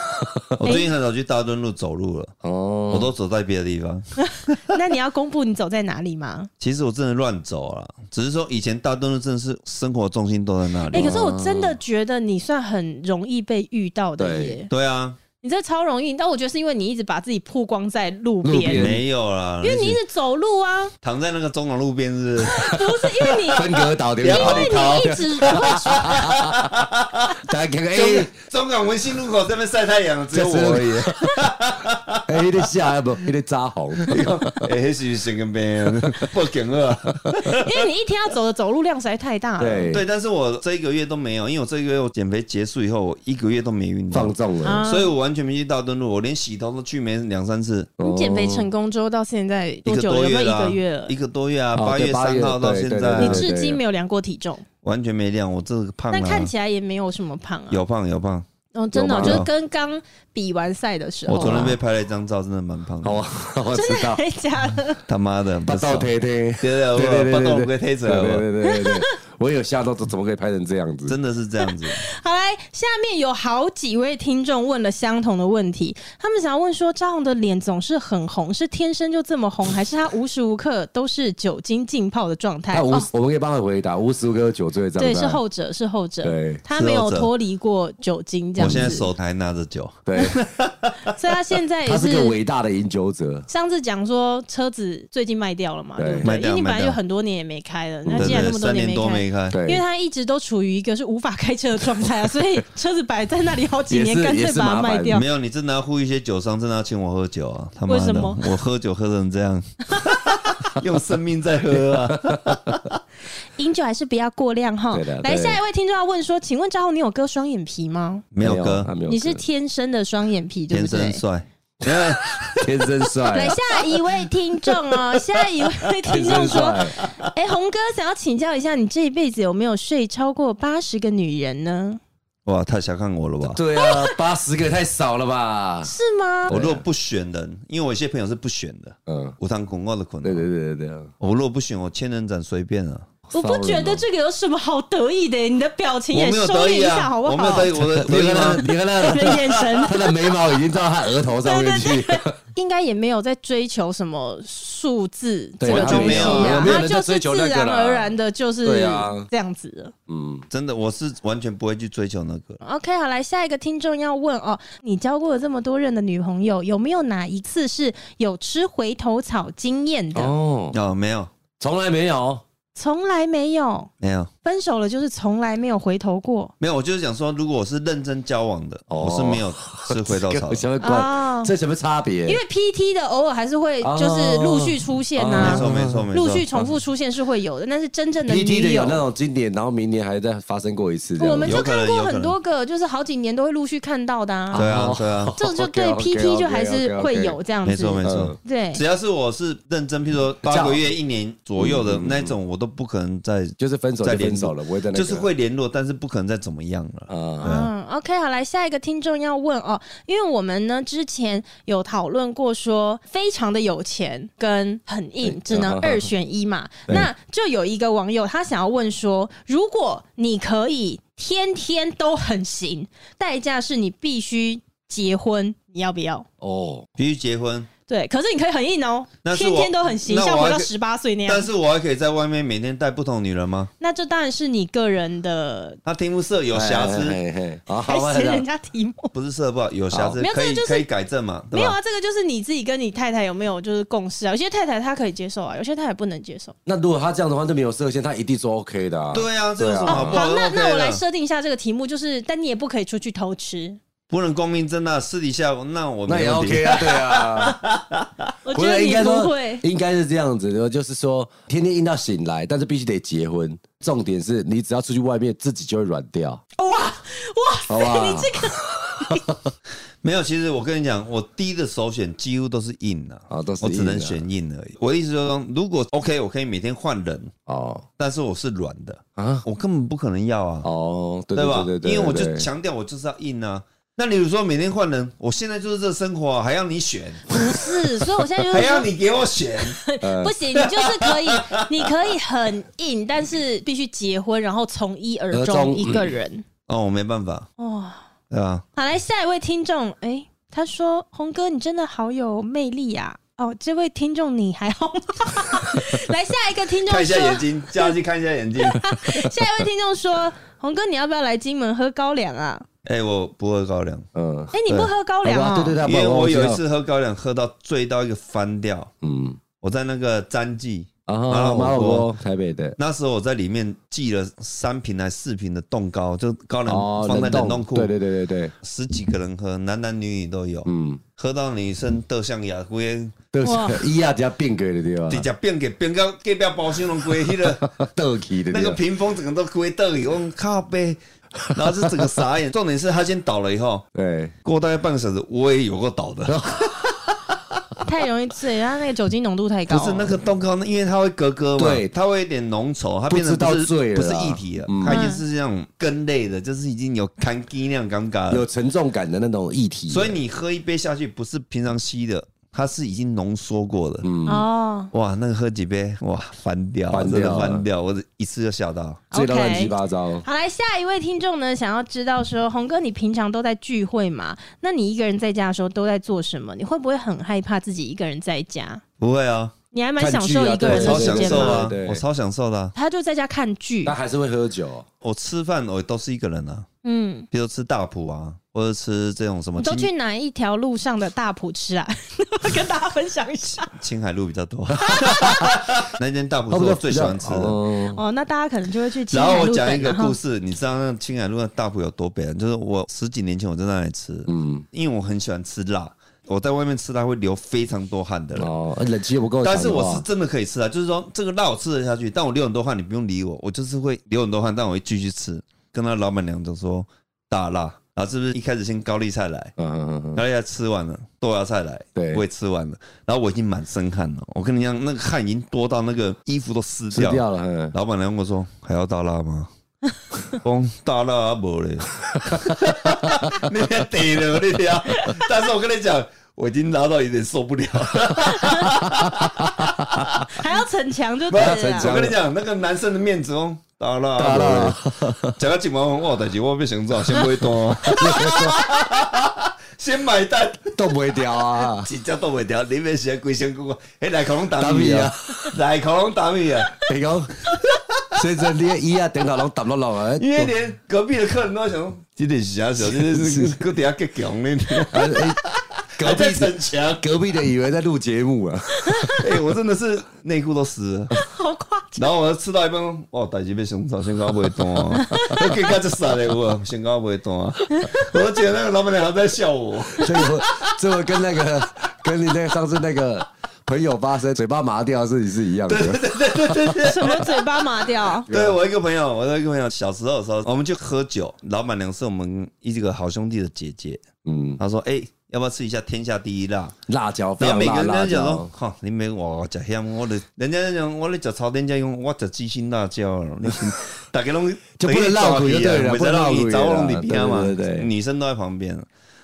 [SPEAKER 3] 我最近很少去大墩路走路了，
[SPEAKER 2] 哦，
[SPEAKER 3] 我都走在别的地方。
[SPEAKER 1] 那你要公布你走在哪里吗？
[SPEAKER 3] 其实我真的乱走了，只是说以前大墩路真的是生活重心都在那
[SPEAKER 1] 哎、
[SPEAKER 3] 里。
[SPEAKER 1] 可是我真的觉得你算很容易被遇到的耶，
[SPEAKER 3] 对啊，
[SPEAKER 1] 你这超容易，但我觉得是因为你一直把自己曝光在路
[SPEAKER 2] 路
[SPEAKER 1] 边，
[SPEAKER 2] 边
[SPEAKER 3] 没有啦，
[SPEAKER 1] 因为你一直走路啊，
[SPEAKER 3] 躺在那个中港路 边是不是
[SPEAKER 1] 不是因为你，
[SPEAKER 2] 分隔岛对
[SPEAKER 3] 不要
[SPEAKER 2] 不
[SPEAKER 3] 把你
[SPEAKER 2] 对？
[SPEAKER 1] 因为你一直 会
[SPEAKER 2] 大家看看，哎
[SPEAKER 3] 中中港文心路口这边晒太阳的只有我而 已。
[SPEAKER 2] 哎，那个下不，那个扎红，
[SPEAKER 3] 哎，那是神经病，啊 不行了。
[SPEAKER 1] 因为你一天要走的走路量实在太大了。
[SPEAKER 2] 对
[SPEAKER 3] 对，但是我这一个月都没有，因为我这一个月我减肥结束以后，我一个月都没运
[SPEAKER 2] 放
[SPEAKER 3] 动，
[SPEAKER 2] 纵了。
[SPEAKER 1] 啊
[SPEAKER 3] 所以我完全没去大登陆，我连洗头都去没两三次。
[SPEAKER 1] 你减肥成功之后到现在
[SPEAKER 3] 哦一
[SPEAKER 1] 多
[SPEAKER 3] 个
[SPEAKER 1] 久
[SPEAKER 3] 多
[SPEAKER 1] 了？有没有
[SPEAKER 3] 月
[SPEAKER 1] 一
[SPEAKER 3] 啦
[SPEAKER 1] 个月了
[SPEAKER 3] 一？个多月啊，
[SPEAKER 2] 哦
[SPEAKER 3] 八
[SPEAKER 2] 对
[SPEAKER 3] 月
[SPEAKER 2] 八
[SPEAKER 3] 三
[SPEAKER 2] 月
[SPEAKER 3] 号到
[SPEAKER 2] 对
[SPEAKER 3] 现
[SPEAKER 2] 对
[SPEAKER 3] 在啊
[SPEAKER 2] 对
[SPEAKER 1] 你
[SPEAKER 2] 对
[SPEAKER 1] 至今没有量过体重，
[SPEAKER 3] 完全没量，我这个胖
[SPEAKER 1] 但看
[SPEAKER 3] 了，
[SPEAKER 1] 起来也没有什么胖啊。
[SPEAKER 3] 有胖有胖。
[SPEAKER 1] 哦，真的哦、
[SPEAKER 2] 有吗
[SPEAKER 1] 就是跟刚比完赛的时候啊，
[SPEAKER 3] 我昨天被拍了一张照，真的蛮 胖的，
[SPEAKER 2] 哦，我知 道，
[SPEAKER 1] 真的假的？
[SPEAKER 3] 他妈的
[SPEAKER 2] 八
[SPEAKER 3] 不
[SPEAKER 2] 道
[SPEAKER 3] 爽。
[SPEAKER 2] 推推，
[SPEAKER 3] 对对，我
[SPEAKER 2] 对对对
[SPEAKER 3] 把我
[SPEAKER 2] 对
[SPEAKER 3] 给
[SPEAKER 2] 对，
[SPEAKER 3] 推走
[SPEAKER 2] 对对
[SPEAKER 3] 了，
[SPEAKER 2] 对 对对，我有吓到，这怎么可以拍成这样子？
[SPEAKER 3] 真的是这样子。
[SPEAKER 1] 好来，下面有好几位听众问了相同的问题，他们想要问说，张红的脸总是很红，是天生就这么红，还是他无时无刻都是酒精浸泡的状态？
[SPEAKER 2] 他无
[SPEAKER 1] 哦，
[SPEAKER 2] 我们可以帮他回答，无时无刻有酒醉这样
[SPEAKER 1] 对，
[SPEAKER 2] 子啊
[SPEAKER 1] 是后者，是后者，
[SPEAKER 2] 对
[SPEAKER 1] 他
[SPEAKER 3] 是
[SPEAKER 1] 没有
[SPEAKER 3] 后者
[SPEAKER 1] 脱离过酒精这
[SPEAKER 3] 我
[SPEAKER 1] 样子，
[SPEAKER 3] 现在手还拿着酒，
[SPEAKER 2] 对，
[SPEAKER 1] 所以他现在也
[SPEAKER 2] 他是个伟大的饮酒者，
[SPEAKER 1] 上次讲说车子最近卖掉了嘛，
[SPEAKER 2] 对
[SPEAKER 1] 对不
[SPEAKER 3] 卖
[SPEAKER 1] 对？
[SPEAKER 3] 掉
[SPEAKER 1] 因为你本
[SPEAKER 3] 卖
[SPEAKER 1] 来
[SPEAKER 3] 掉
[SPEAKER 1] 就很多年也没开了，那
[SPEAKER 3] 对
[SPEAKER 1] 既然那
[SPEAKER 3] 对，
[SPEAKER 1] 么多
[SPEAKER 3] 三
[SPEAKER 1] 年
[SPEAKER 3] 年多
[SPEAKER 1] 开，
[SPEAKER 3] 没开，
[SPEAKER 1] 因为
[SPEAKER 2] 对，
[SPEAKER 1] 他一直都处于一个是无法开车的状态啊，所以车子摆在那里好 几年，
[SPEAKER 2] 也是
[SPEAKER 1] 干脆
[SPEAKER 2] 也是
[SPEAKER 1] 把它
[SPEAKER 2] 麻
[SPEAKER 1] 卖
[SPEAKER 2] 烦
[SPEAKER 1] 掉
[SPEAKER 3] 没。有，你真的要呼一些酒商，真的要请我喝酒啊！他妈
[SPEAKER 1] 为什
[SPEAKER 3] 的
[SPEAKER 1] 么，
[SPEAKER 3] 我喝酒喝成这 样，用生命在喝啊！
[SPEAKER 1] 饮酒还是不要过量哈
[SPEAKER 2] 对的。
[SPEAKER 1] 来，
[SPEAKER 2] 对
[SPEAKER 1] 下一位听众要问说，请问张浩，你有割双眼皮吗？
[SPEAKER 3] 没有哥，
[SPEAKER 2] 他没有啊
[SPEAKER 1] 你是
[SPEAKER 2] 哥
[SPEAKER 1] 天生的双眼皮，对
[SPEAKER 3] 天
[SPEAKER 1] 不
[SPEAKER 3] 生
[SPEAKER 1] 对？
[SPEAKER 3] 帅，
[SPEAKER 2] 天生
[SPEAKER 1] 来，
[SPEAKER 2] 帅，
[SPEAKER 1] 下一位听众 哦，下一位听
[SPEAKER 2] 天
[SPEAKER 1] 众
[SPEAKER 2] 生
[SPEAKER 1] 说，
[SPEAKER 2] 帅，
[SPEAKER 1] 哎，红哥想要请教一下，你这一辈子有没有睡超过八十个女人呢？
[SPEAKER 3] 哇，太小看我了吧！
[SPEAKER 2] 对啊，八十个也太少了吧？
[SPEAKER 1] 是吗？
[SPEAKER 3] 我如果不选人，因为我有些朋友是不选的，
[SPEAKER 2] 嗯，
[SPEAKER 3] 无糖广告的可
[SPEAKER 2] 对
[SPEAKER 3] 能。
[SPEAKER 2] 对对对对，
[SPEAKER 3] 我如果不选，我千人斩随便啊，
[SPEAKER 1] 我不觉得这个有什么好得意的，你的表情也
[SPEAKER 3] 我没有
[SPEAKER 1] 收
[SPEAKER 3] 得
[SPEAKER 1] 敛
[SPEAKER 3] 意
[SPEAKER 1] 一下，
[SPEAKER 3] 啊，
[SPEAKER 1] 好不
[SPEAKER 3] 我没有
[SPEAKER 1] 好
[SPEAKER 3] 得意，？我的
[SPEAKER 2] 你
[SPEAKER 3] 得意
[SPEAKER 2] 看他，
[SPEAKER 3] 吗？
[SPEAKER 2] 你看他
[SPEAKER 1] 你
[SPEAKER 2] 的，
[SPEAKER 1] 的眼 神
[SPEAKER 2] 他的眉毛已经到他额头上面去，
[SPEAKER 1] 应该也没有在追求什么数字这
[SPEAKER 2] 对
[SPEAKER 1] 个
[SPEAKER 3] 完
[SPEAKER 1] 东
[SPEAKER 3] 全
[SPEAKER 1] 西
[SPEAKER 3] 没有
[SPEAKER 1] 啊，
[SPEAKER 2] 没有
[SPEAKER 1] 它
[SPEAKER 2] 人
[SPEAKER 1] 就
[SPEAKER 2] 在
[SPEAKER 1] 是
[SPEAKER 2] 追求
[SPEAKER 1] 自
[SPEAKER 2] 那个啦
[SPEAKER 1] 然而然的，就是
[SPEAKER 2] 对啊
[SPEAKER 1] 这样子的。
[SPEAKER 2] 嗯，
[SPEAKER 3] 真的，我是完全不会去追求那个。
[SPEAKER 1] OK，好，来下一个听众要问哦，你交过了这么多任的女朋友，有没有哪一次是有吃回头草经验的？
[SPEAKER 2] 哦，
[SPEAKER 3] 哦，没有，
[SPEAKER 2] 从来没有，
[SPEAKER 1] 从来没有，
[SPEAKER 3] 没有，
[SPEAKER 1] 分手了就是从来没有回头过
[SPEAKER 3] 没有。我就是想说，如果我是认真交往的，
[SPEAKER 2] 哦
[SPEAKER 3] 我是没有吃回头 草的。
[SPEAKER 2] 什么关？
[SPEAKER 1] 啊。
[SPEAKER 2] 这什么差别？
[SPEAKER 1] 因为 PT 的偶尔还是会就是陆续出现啊
[SPEAKER 2] 哦
[SPEAKER 1] 呐、
[SPEAKER 3] 哦没错，没错，没错。
[SPEAKER 1] 陆续重复出现是会有的，但是真正的
[SPEAKER 2] PT 的
[SPEAKER 1] 女
[SPEAKER 2] 有
[SPEAKER 1] 友，
[SPEAKER 2] 那种经典，然后明年还再发生过一次这样子。
[SPEAKER 1] 我们就
[SPEAKER 3] 有可能
[SPEAKER 1] 看过
[SPEAKER 3] 有可能
[SPEAKER 1] 很多个，就是好几年都会陆续看到的啊。
[SPEAKER 3] 对啊
[SPEAKER 2] 哦，
[SPEAKER 3] 对啊，
[SPEAKER 1] 这就对
[SPEAKER 2] OK，OK，OK，OK，OK
[SPEAKER 1] PT 就还是会有这样
[SPEAKER 3] 没
[SPEAKER 1] 子，
[SPEAKER 3] 错没错
[SPEAKER 2] 嗯。
[SPEAKER 1] 对，
[SPEAKER 3] 只要是我是认真，譬如说八个月、一年左右
[SPEAKER 2] 嗯
[SPEAKER 3] 的那种，我都不可能再
[SPEAKER 2] 就是分手
[SPEAKER 3] 再
[SPEAKER 2] 就
[SPEAKER 3] 联
[SPEAKER 2] 分
[SPEAKER 3] 络
[SPEAKER 2] 手了，不会再那个
[SPEAKER 3] 就是会联络，但是不可能再怎么样了。
[SPEAKER 2] 啊，
[SPEAKER 1] 嗯，OK，好，来下一个听众要问哦，因为我们呢之前有讨论过说，非常的有钱跟很硬
[SPEAKER 2] 对
[SPEAKER 1] 只能
[SPEAKER 2] 啊哈
[SPEAKER 1] 二选一 嘛，
[SPEAKER 2] 对
[SPEAKER 1] 那就有一个网友他想要问说，如果你可以天天都很行，代价是你必须结婚，你要不要？
[SPEAKER 2] 哦，
[SPEAKER 3] 必须结婚，
[SPEAKER 1] 对，可是你可以很硬哦，
[SPEAKER 3] 那是
[SPEAKER 1] 天
[SPEAKER 3] 我
[SPEAKER 1] 天都很行，
[SPEAKER 3] 那我
[SPEAKER 1] 像回
[SPEAKER 3] 还
[SPEAKER 1] 到
[SPEAKER 3] 可以
[SPEAKER 1] 十八岁那样
[SPEAKER 3] 但。是我还可以在外面每天带不同女人吗？
[SPEAKER 1] 那这当然是你个人的，
[SPEAKER 3] 他题目设
[SPEAKER 2] 哎
[SPEAKER 3] 有瑕疵，
[SPEAKER 2] 嘿嘿嘿哎好，
[SPEAKER 1] 还
[SPEAKER 2] 好吧
[SPEAKER 3] 啊
[SPEAKER 1] 嫌人
[SPEAKER 2] 好
[SPEAKER 1] 家题目。
[SPEAKER 3] 不是设不好，有瑕疵
[SPEAKER 1] 没有
[SPEAKER 3] 可以
[SPEAKER 1] 这个就是
[SPEAKER 3] 可以改正嘛，
[SPEAKER 1] 没
[SPEAKER 3] 对
[SPEAKER 1] 有
[SPEAKER 3] 吧？
[SPEAKER 1] 啊，这个就是你自己跟你太太有没有就是共识啊？有些太太她可以接受啊，有些太太不能接受。
[SPEAKER 2] 那如果他这样的话就没有设限，他一定说 OK 的啊。
[SPEAKER 3] 对啊，这有什么
[SPEAKER 2] 对啊
[SPEAKER 3] 好不好
[SPEAKER 1] 好，
[SPEAKER 3] 都
[SPEAKER 1] 那
[SPEAKER 3] OK
[SPEAKER 1] 那我
[SPEAKER 3] 的
[SPEAKER 1] 来设定一下这个题目，就是但你也不可以出去偷吃。
[SPEAKER 3] 不能光明正大，私底下那我
[SPEAKER 2] 那也
[SPEAKER 3] 没问题
[SPEAKER 2] OK 啊，对 啊，
[SPEAKER 1] 我觉
[SPEAKER 2] 不是
[SPEAKER 1] 得
[SPEAKER 2] 应
[SPEAKER 1] 你
[SPEAKER 2] 该
[SPEAKER 1] 不
[SPEAKER 2] 说
[SPEAKER 1] 会，
[SPEAKER 2] 应该是这样子的，就是说天天硬到醒来，但是必须得结婚。重点是你只要出去外面，自己就会软掉，
[SPEAKER 1] 哇哇
[SPEAKER 2] 好不好
[SPEAKER 1] 塞，你这个
[SPEAKER 3] 没有，其实我跟你讲，我第一的首选几乎都是硬的、
[SPEAKER 2] 啊都是
[SPEAKER 3] 我只
[SPEAKER 2] 硬的
[SPEAKER 3] 能选硬而已。我的意思就是说，如果 OK，我可以每天换人，
[SPEAKER 2] 哦
[SPEAKER 3] 但是我是软的，
[SPEAKER 2] 啊
[SPEAKER 3] 我根本不可能要啊，
[SPEAKER 2] 哦，对
[SPEAKER 3] 吧？
[SPEAKER 2] 对对对，
[SPEAKER 3] 因为我
[SPEAKER 2] 对
[SPEAKER 3] 就强调我就是要硬啊。那你如果说每天换人，我现在就是这生活、啊，还要你选，
[SPEAKER 1] 不是，所以我现在就
[SPEAKER 3] 还
[SPEAKER 1] 是
[SPEAKER 3] 要
[SPEAKER 1] 说
[SPEAKER 3] 你给我选，
[SPEAKER 1] 不行，你就是可以，你可以很硬，但是必须结婚，然后从一而终
[SPEAKER 2] 而终
[SPEAKER 1] 一个人。
[SPEAKER 3] 哦，我没办法，
[SPEAKER 1] 哇，
[SPEAKER 3] 对吧？
[SPEAKER 1] 好，来下一位听众，哎、他说：“红哥，你真的好有魅力啊！”哦，这位听众你还 好吗？来下一个听众
[SPEAKER 3] 看一下眼
[SPEAKER 1] 说，
[SPEAKER 3] 睛，叫他去看一下眼睛。
[SPEAKER 1] 下一位听众说：“红哥，你要不要来金门喝高粱啊？”
[SPEAKER 3] 哎、我不喝高粱，
[SPEAKER 2] 嗯，
[SPEAKER 1] 哎，你不喝高粱
[SPEAKER 2] 好吧
[SPEAKER 1] 啊？
[SPEAKER 2] 对对对，
[SPEAKER 3] 因为
[SPEAKER 2] 不
[SPEAKER 3] 我
[SPEAKER 2] 然
[SPEAKER 3] 有
[SPEAKER 2] 知
[SPEAKER 3] 一
[SPEAKER 2] 道，
[SPEAKER 3] 次喝高粱，喝到醉到一个翻掉。
[SPEAKER 2] 嗯，啊
[SPEAKER 3] 我在那个詹记
[SPEAKER 2] 然后
[SPEAKER 3] 麻
[SPEAKER 2] 麻
[SPEAKER 3] 辣
[SPEAKER 2] 辣
[SPEAKER 3] 火
[SPEAKER 2] 火
[SPEAKER 3] 锅
[SPEAKER 2] 锅，台北的，
[SPEAKER 3] 那时候我在里面寄了三瓶还四瓶的冻糕，就高粱
[SPEAKER 2] 哦，
[SPEAKER 3] 放在冷冻
[SPEAKER 2] 冻
[SPEAKER 3] 库，
[SPEAKER 2] 对对对对对，
[SPEAKER 3] 十几个人喝，男男女女都有，
[SPEAKER 2] 嗯，
[SPEAKER 3] 喝到女生得像牙龟，
[SPEAKER 2] 都
[SPEAKER 1] 哇
[SPEAKER 2] 是 伊亚加变革的地
[SPEAKER 3] 直
[SPEAKER 2] 方，
[SPEAKER 3] 接变给变到隔壁包厢拢龟去了，
[SPEAKER 2] 倒起的
[SPEAKER 3] 那个
[SPEAKER 2] 地
[SPEAKER 3] 屏风整个都龟到去，我说靠背， 然后就整个傻眼。重点是他先倒了以后，
[SPEAKER 2] 对，
[SPEAKER 3] 过大概半个小时，我也有过倒的，
[SPEAKER 1] 太容易醉，它那个酒精浓度太高
[SPEAKER 3] 不
[SPEAKER 1] 了。
[SPEAKER 3] 是那个冻糕，因为它会咯咯嘛，
[SPEAKER 2] 对
[SPEAKER 3] 它会有点浓稠，它
[SPEAKER 2] 不
[SPEAKER 3] 变成
[SPEAKER 2] 知道
[SPEAKER 3] 不是
[SPEAKER 2] 醉了啊嗯
[SPEAKER 3] 不是
[SPEAKER 2] 啦
[SPEAKER 3] 液体了，它已经是那种根类的，就是已经有干鸡那样尴尬了
[SPEAKER 2] 有。沉重感的那种议题，
[SPEAKER 3] 所以你喝一杯下去，不是平常吸的，它是已经浓缩过的。
[SPEAKER 1] 哦
[SPEAKER 3] 哇，那个喝几杯，哇，翻掉，
[SPEAKER 2] 嗯翻
[SPEAKER 3] 真的
[SPEAKER 2] 掉
[SPEAKER 3] 翻掉，我一次就吓到。
[SPEAKER 2] 醉到乱
[SPEAKER 1] ，OK
[SPEAKER 2] 七八糟。
[SPEAKER 1] 好来，下一位听众呢，想要知道说，红哥，你平常都在聚会嘛？那你一个人在家的时候都在做什么？你会不会很害怕自己一个人在家？
[SPEAKER 3] 不会啊，
[SPEAKER 1] 你还蛮
[SPEAKER 2] 看
[SPEAKER 1] 享
[SPEAKER 2] 剧
[SPEAKER 1] 受
[SPEAKER 2] 啊
[SPEAKER 1] 一个
[SPEAKER 2] 对
[SPEAKER 3] 我
[SPEAKER 1] 人
[SPEAKER 3] 超
[SPEAKER 1] 的时
[SPEAKER 3] 享
[SPEAKER 1] 间
[SPEAKER 3] 受
[SPEAKER 1] 吗？
[SPEAKER 3] 啊
[SPEAKER 2] 对对，对
[SPEAKER 3] 我超享受的啊、
[SPEAKER 1] 他就在家看剧
[SPEAKER 2] 但，还是会喝酒，哦
[SPEAKER 3] 我吃饭我都是一个人啊，
[SPEAKER 1] 嗯，
[SPEAKER 3] 比如吃大埔啊，或者吃这种什么
[SPEAKER 1] 你都
[SPEAKER 3] 青
[SPEAKER 1] 去哪一条路上的大埔吃啊？ 跟大家分享一下
[SPEAKER 3] 青海路比较多。那间大埔
[SPEAKER 2] 他
[SPEAKER 3] 是
[SPEAKER 2] 们
[SPEAKER 3] 我
[SPEAKER 2] 就
[SPEAKER 3] 最喜欢吃的。
[SPEAKER 2] 的。
[SPEAKER 1] 哦。那大家可能就会去青
[SPEAKER 3] 然
[SPEAKER 1] 海
[SPEAKER 3] 后我
[SPEAKER 1] 路啊
[SPEAKER 3] 讲一
[SPEAKER 1] 等，
[SPEAKER 3] 个
[SPEAKER 1] 然后
[SPEAKER 3] 故事，你知道那青海路的大埔有多北啊？就是我十几年前我在那里吃，
[SPEAKER 2] 嗯，
[SPEAKER 3] 因为我很喜欢吃辣，我在外面吃它会流非常多汗的人。
[SPEAKER 2] 哦，冷气又不够强的话，
[SPEAKER 3] 但是我是真的可以吃啊，就是说这个辣我吃得下去，但我流很多汗，你不用理我，我就是会流很多汗，但我会继续吃。跟那老板娘就说大辣，然后是不是一开始先高丽菜来，
[SPEAKER 2] 嗯，嗯嗯嗯，
[SPEAKER 3] 高丽菜吃完了，豆芽菜来，
[SPEAKER 2] 对
[SPEAKER 3] 我也吃完了，然后我已经满身汗了，我跟你讲，那个汗已经多到那个衣服都湿
[SPEAKER 2] 吃
[SPEAKER 3] 掉。
[SPEAKER 2] 掉了，嗯
[SPEAKER 3] 老板娘跟我说还要大辣吗？ 我说大辣啊，无嘞，你别得了，你俩。但是我跟你讲，我已经辣到有点受不了。
[SPEAKER 1] 还要逞强就对了
[SPEAKER 2] 不要逞
[SPEAKER 1] 啦。
[SPEAKER 2] 强
[SPEAKER 3] 我跟你讲，那个男生的面子哦，大啦
[SPEAKER 2] 大啦，
[SPEAKER 3] 讲到金毛我代志，我要先做，先买单哦，先买单， ，
[SPEAKER 2] 冻不会掉啊
[SPEAKER 3] 直接都袂掉，你面是规身骨，迄来恐龙打
[SPEAKER 2] 打
[SPEAKER 3] 米
[SPEAKER 2] 米
[SPEAKER 3] 啊
[SPEAKER 2] 啊，
[SPEAKER 3] 来恐龙打米啊，
[SPEAKER 2] 你讲，先生，你的椅啊，顶头拢揼落落啊，
[SPEAKER 3] 因为连隔壁的客人都在想说，这点是啥小，这点是搁底下更强呢，
[SPEAKER 2] 啊哎隔
[SPEAKER 3] 还在
[SPEAKER 2] 壁
[SPEAKER 3] 逞
[SPEAKER 2] 的
[SPEAKER 3] 强，
[SPEAKER 2] 隔壁的以为在录节目啊，
[SPEAKER 3] 哎，我真的是内裤都湿了。
[SPEAKER 1] 好夸张，
[SPEAKER 3] 然后我吃到一半，哦，代志要上早，先搞袂断 啊！我更加就傻了，我先搞袂断啊！我觉得那个老板娘还在笑 我。
[SPEAKER 2] 这个这个跟那个跟你那个上次那个朋友发生嘴巴麻掉的事情是一样的，
[SPEAKER 1] 什么嘴巴麻掉？
[SPEAKER 3] 对我一个朋友，我的一个朋友，小时候的时候，我们去喝酒，老板娘是我们一个好兄弟的姐姐，
[SPEAKER 2] 嗯，
[SPEAKER 3] 她说：“哎、要不要吃一下天下第一辣
[SPEAKER 2] 辣椒？”非
[SPEAKER 3] 然后
[SPEAKER 2] 常
[SPEAKER 3] 每
[SPEAKER 2] 辣，
[SPEAKER 3] 个人
[SPEAKER 2] 辣
[SPEAKER 3] 都讲
[SPEAKER 2] 椒
[SPEAKER 3] 说：“，哈，你没我吃香，我的人家在讲我咧吃炒店家用，我吃鸡心辣椒了，你大家拢
[SPEAKER 2] 就不能绕
[SPEAKER 3] 啊
[SPEAKER 2] 口就对了
[SPEAKER 3] 不能绕
[SPEAKER 2] 不能绕口啊
[SPEAKER 3] 口，
[SPEAKER 2] 了
[SPEAKER 3] 找我拢里啊边嘛，
[SPEAKER 2] 对对对对
[SPEAKER 3] 女生都在旁边。”